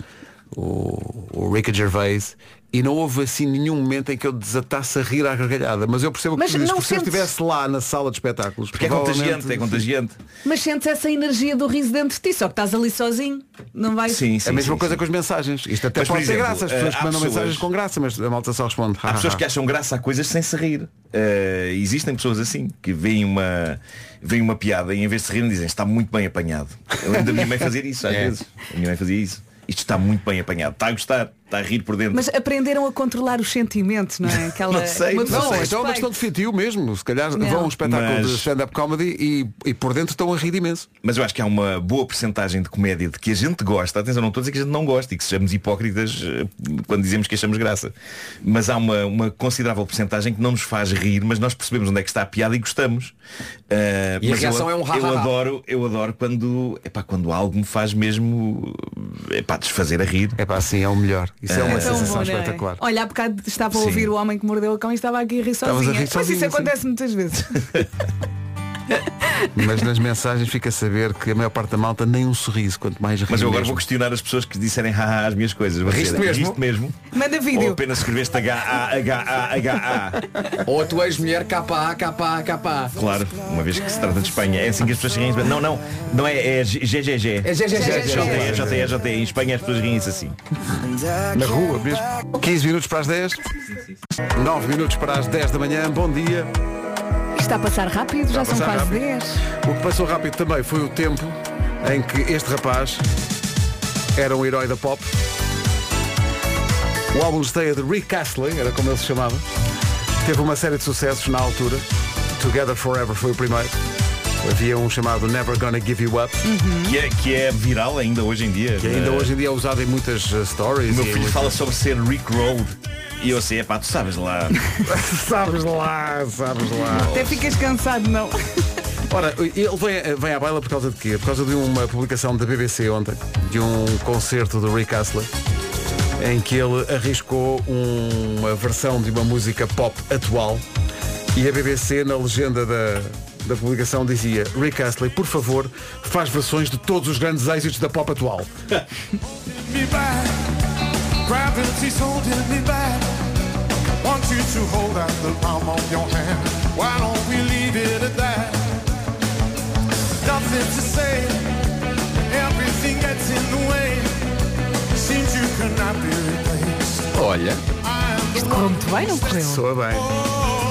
o, o Ricky Gervais e não houve assim nenhum momento em que eu desatasse a rir à gargalhada. Mas eu percebo o que Mas tu dizes, não porque se eu sentes- estivesse lá na sala de espetáculos. Porque é provavelmente- contagiante, é contagiante. Mas sentes essa energia do riso dentro de ti, só que estás ali sozinho, não vais. é a mesma coisa com as mensagens. Isto até Mas, por pode ter exemplo, graça. As eh, pessoas que há mandam pessoas- mensagens com graça, mas a malta só responde. Ah, Há pessoas que acham graça a coisas sem se rir. Eh, existem pessoas assim, que veem uma, veem uma piada e em vez de se rirem dizem está muito bem apanhado. Eu lembro da minha mãe fazer isso às É. vezes. A minha mãe fazia isso. Isto está muito bem apanhado. Está a gostar, está a rir por dentro. Mas aprenderam a controlar os sentimentos, não é? Aquela Não sei, uma não pessoa Não, respeita. então é uma questão de feitio mesmo. Se calhar Não. vão a um espetáculo Mas- de stand-up comedy e, e por dentro estão a rir imenso. Mas eu acho que há uma boa porcentagem de comédia de que a gente gosta. Atenção, não estou a dizer que a gente não gosta e que sejamos hipócritas eh, quando dizemos que achamos graça. Mas há uma, uma considerável porcentagem que não nos faz rir, mas nós percebemos onde é que está a piada e gostamos. Eh, E a mas eu- reação é um ha, ha, Eu ha. adoro, eu adoro quando, epá, quando algo me faz mesmo epá, desfazer a rir. Epá, sim, é o melhor. Isso é uma Tão bom, não é? Olha, há bocado estava a ouvir Sim. o homem que mordeu a cão e estava aqui a rir Estavas a sozinha. rir Mas sozinha, isso sim. acontece muitas vezes. Mas nas mensagens fica a saber que a maior parte da malta nem um sorriso, quanto mais ri Mas eu agora mesmo. vou questionar as pessoas que disserem haha às minhas coisas. Vou Riste dizer, mesmo? Riste mesmo. Manda Ou vídeo. apenas escreveste H-A-H-A-H-A. Ou a tua ex-mulher KA, KA, KA. Claro, uma vez que se trata de Espanha. É assim que as pessoas riem. Não, não, não é, é GGG. É GGG. JE, JE, JE. Em Espanha as pessoas riem-se assim. Na rua mesmo. 15 minutos para as 10. 9 minutos para as 10 da manhã. Bom dia. Isto está a passar rápido, Está já a são passar quase rápido. 10. O que passou rápido também foi o tempo em que este rapaz era um herói da pop. O álbum de estreia de Rick Astley, era como ele se chamava, teve uma série de sucessos na altura. Together Forever foi o primeiro. Havia um chamado Never Gonna Give You Up, Que, é, que é viral ainda hoje em dia. que ainda Eh, hoje em dia é usado em muitas eh, stories. O meu e em filho muitas- fala sobre ser Rick Road. E eu sei, é pá, tu sabes lá. sabes lá, sabes lá. Até ficas cansado, não. Ora, ele vem, vem à baila por causa de quê? Por causa de uma publicação da BBC ontem, de um concerto do Rick Astley, em que ele arriscou um- uma versão de uma música pop atual e a BBC, na legenda da, da publicação, dizia Rick Astley, por favor, faz versões de todos os grandes êxitos da pop atual. Gravity's holding me back. Want you to hold out the palm of your hand. Why don't we leave it at that? Nothing to say. Everything gets in the way. Seems you cannot be replaced. Olha. Isto correu muito bem, não correu? Soa bem.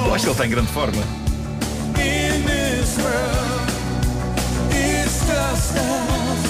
Eu acho que ele está em grande forma. In this world, it's just us.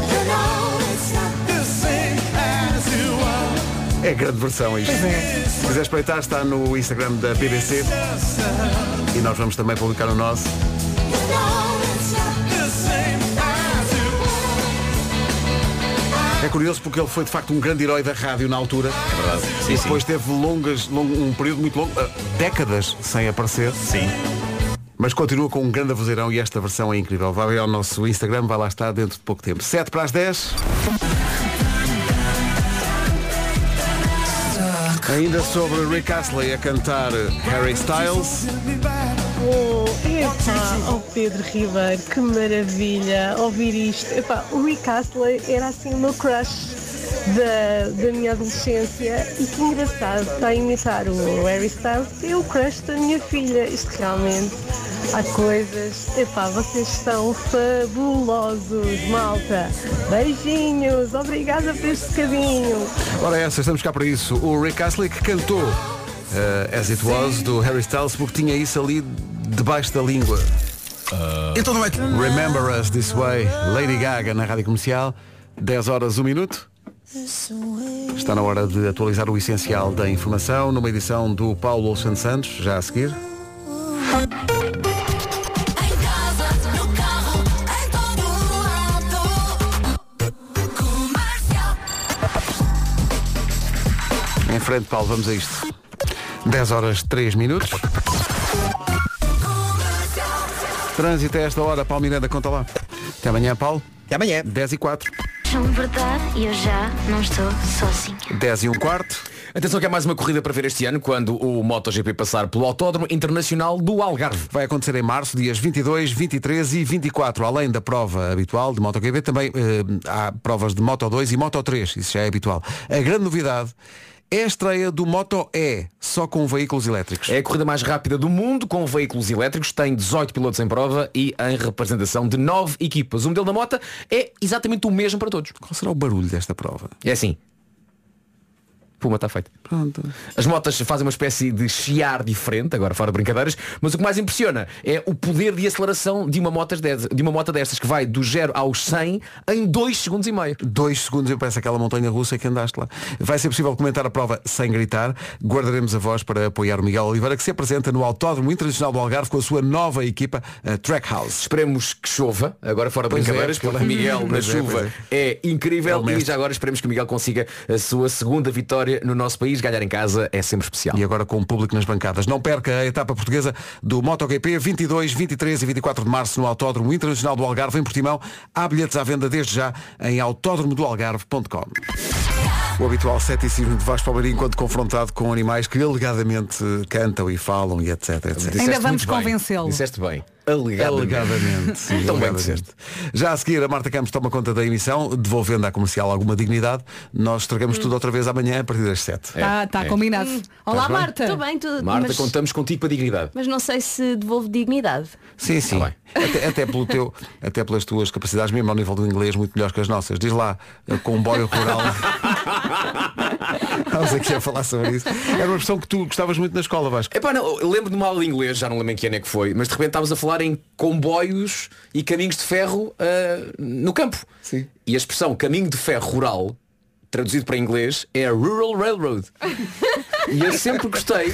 You know it's not the same as it was. É grande versão isto. Pois é. Se quiser espreitar, está no Instagram da BBC Just us. e nós vamos também publicar o nosso. You know it's not the same as it was. É curioso porque ele foi de facto um grande herói da rádio na altura. É verdade. e depois teve longas, long- um período muito longo, ah, décadas sem aparecer. Sim. Mas continua com um grande vozeirão e esta versão é incrível. Vai ver ao nosso Instagram, vai lá estar dentro de pouco tempo. 7 para as 10. Ainda sobre Rick Astley a cantar Harry Styles. Oh, epá, oh Pedro Ribeiro, que maravilha ouvir isto. Epá, o Rick Astley era assim o meu crush da, da minha adolescência e que engraçado, está a imitar o Harry Styles, que é o crush da minha filha. Isto realmente, há coisas. Epá, vocês são fabulosos, malta. Beijinhos, obrigada por este caminho. Ora é essa, estamos cá para isso. O Rick Astley que cantou eh, As It Was do Harry Styles porque tinha isso ali debaixo da língua. Então não é que... Remember Us This Way, Lady Gaga na Rádio Comercial, 10 horas 1 minuto. Está na hora de atualizar o essencial da informação numa edição do Paulo Santos Santos, já a seguir. Em frente, Paulo, vamos a isto. 10 horas 3 minutos. Trânsito a esta hora, Paulo Miranda, conta lá. Até amanhã, Paulo. Até amanhã. 10 e 4. São verdade, eu já não estou sozinho. 10 e um quarto. Atenção que é mais uma corrida para ver este ano quando o MotoGP passar pelo Autódromo Internacional do Algarve. Vai acontecer em março, dias 22, 23 e 24. Além da prova habitual de MotoGP, também eh, há provas de Moto 2 e Moto 3. Isso já é habitual. A grande novidade é a estreia do Moto E, só com veículos elétricos. É a corrida mais rápida do mundo com veículos elétricos, tem 18 pilotos em prova e em representação de 9 equipas. O modelo da moto é exatamente o mesmo para todos. Qual será o barulho desta prova? É assim. Puma está feito. Pronto. As motas fazem uma espécie de chiar diferente, agora fora de brincadeiras, mas o que mais impressiona é o poder de aceleração de uma motas des- de uma moto destas, que vai do 0 aos 100 em 2 segundos e meio. 2 segundos, eu peço aquela montanha russa que andaste lá. Vai ser possível comentar a prova sem gritar. Guardaremos a voz para apoiar o Miguel Oliveira, que se apresenta no Autódromo Internacional do Algarve com a sua nova equipa, a Trackhouse. Esperemos que chova, agora fora de Pois é, brincadeiras, porque porque ele- Miguel na Pois é, chuva pois é, incrível É o e já agora esperemos que Miguel consiga a sua segunda vitória no nosso país. Ganhar em casa é sempre especial. E agora com o público nas bancadas. Não perca a etapa portuguesa do MotoGP 22, 23 e 24 de março no Autódromo Internacional do Algarve em Portimão. Há bilhetes à venda desde já em autódromodoalgarve.com. O habitual ceticismo de Vasco Palmeirinho quando confrontado com animais que alegadamente eh, cantam e falam e etc. etc. Ainda vamos convencê-lo. Disseste bem. Alegadamente. sim, Tão bem alegadamente. disseste. Já a seguir, a Marta Campos toma conta da emissão, devolvendo à comercial alguma dignidade. Nós tragamos tudo outra vez amanhã a partir das 7. É Está tá combinado. Olá, Marta. Tudo bem, tudo Marta, mas, contamos contigo para dignidade. mas não sei se devolvo dignidade. Sim, sim. Tá até, até pelo teu, até pelas tuas capacidades, mesmo ao nível do inglês, muito melhores que as nossas. Diz lá, eh, comboio rural. Estamos aqui a falar sobre isso. Era uma expressão que tu gostavas muito na escola, Vasco. Epá, não, eu lembro de uma aula de inglês, já não lembro em que ano é que foi, mas de repente estávamos a falar em comboios e caminhos de ferro ah, no campo. Sim. E a expressão caminho de ferro rural, traduzido para inglês, é Rural Railroad. E eu sempre gostei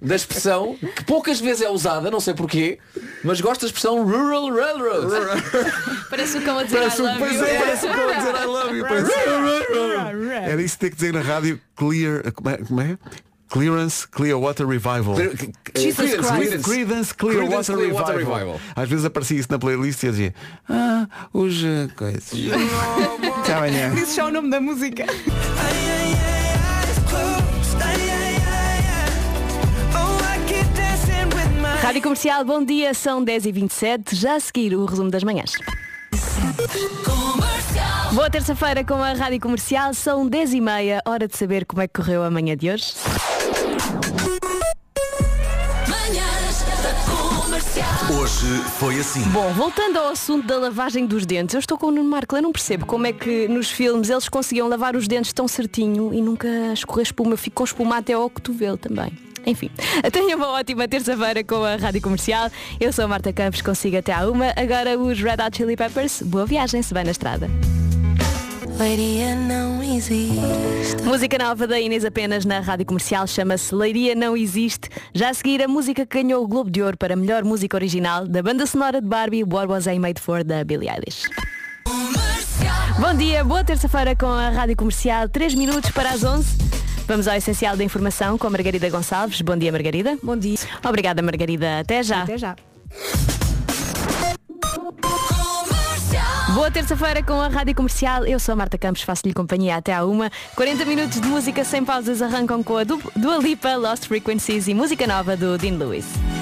da expressão, que poucas vezes é usada, não sei porquê, mas gosto da expressão Rural Railroad. Parece o cão a dizer Parece I um- love pois you. é, parece um cão a dizer I love you, parece- Era isso que tem que dizer na rádio clear. Como é? Como é? Clearance Clearwater Revival. Clear- c- Jesus Creedence, Christ. Creedence. Credence Clearwater Creedence Clearwater Revival. Revival. Às vezes aparecia isso na playlist e eu dizia, ah, os eh, coisas. Até amanhã. Dizes só o nome da música. Rádio Comercial, bom dia, são 10h27, já a seguir o resumo das manhãs. Boa terça-feira com a Rádio Comercial, são 10h30, hora de saber como é que correu a manhã de hoje. Hoje foi assim. Bom, voltando ao assunto da lavagem dos dentes, eu estou com o Nuno Marco, eu não percebo como é que nos filmes eles conseguiam lavar os dentes tão certinho e nunca escorrer espuma, eu fico com espuma até ao é cotovelo também. Enfim, tenha uma ótima terça-feira com a Rádio Comercial. Eu sou a Marta Campos, consigo até à uma. Agora os Red Hot Chili Peppers, boa viagem, se bem na estrada. Leiria não existe. Música nova da Inês apenas na Rádio Comercial chama-se Leiria Não Existe. Já a seguir a música que ganhou o Globo de Ouro para melhor música original da banda sonora de Barbie What Was I Made For da Billie Eilish. Bom dia, boa terça-feira com a Rádio Comercial, 3 minutos para as 11. Vamos ao essencial da informação com a Margarida Gonçalves. Bom dia, Margarida. Bom dia. Obrigada, Margarida. Até já. Até já. Boa terça-feira com a Rádio Comercial. Eu sou a Marta Campos, faço-lhe companhia até à uma. 40 minutos de música sem pausas arrancam com a du- Dua Lipa, Lost Frequencies e música nova do Dean Lewis.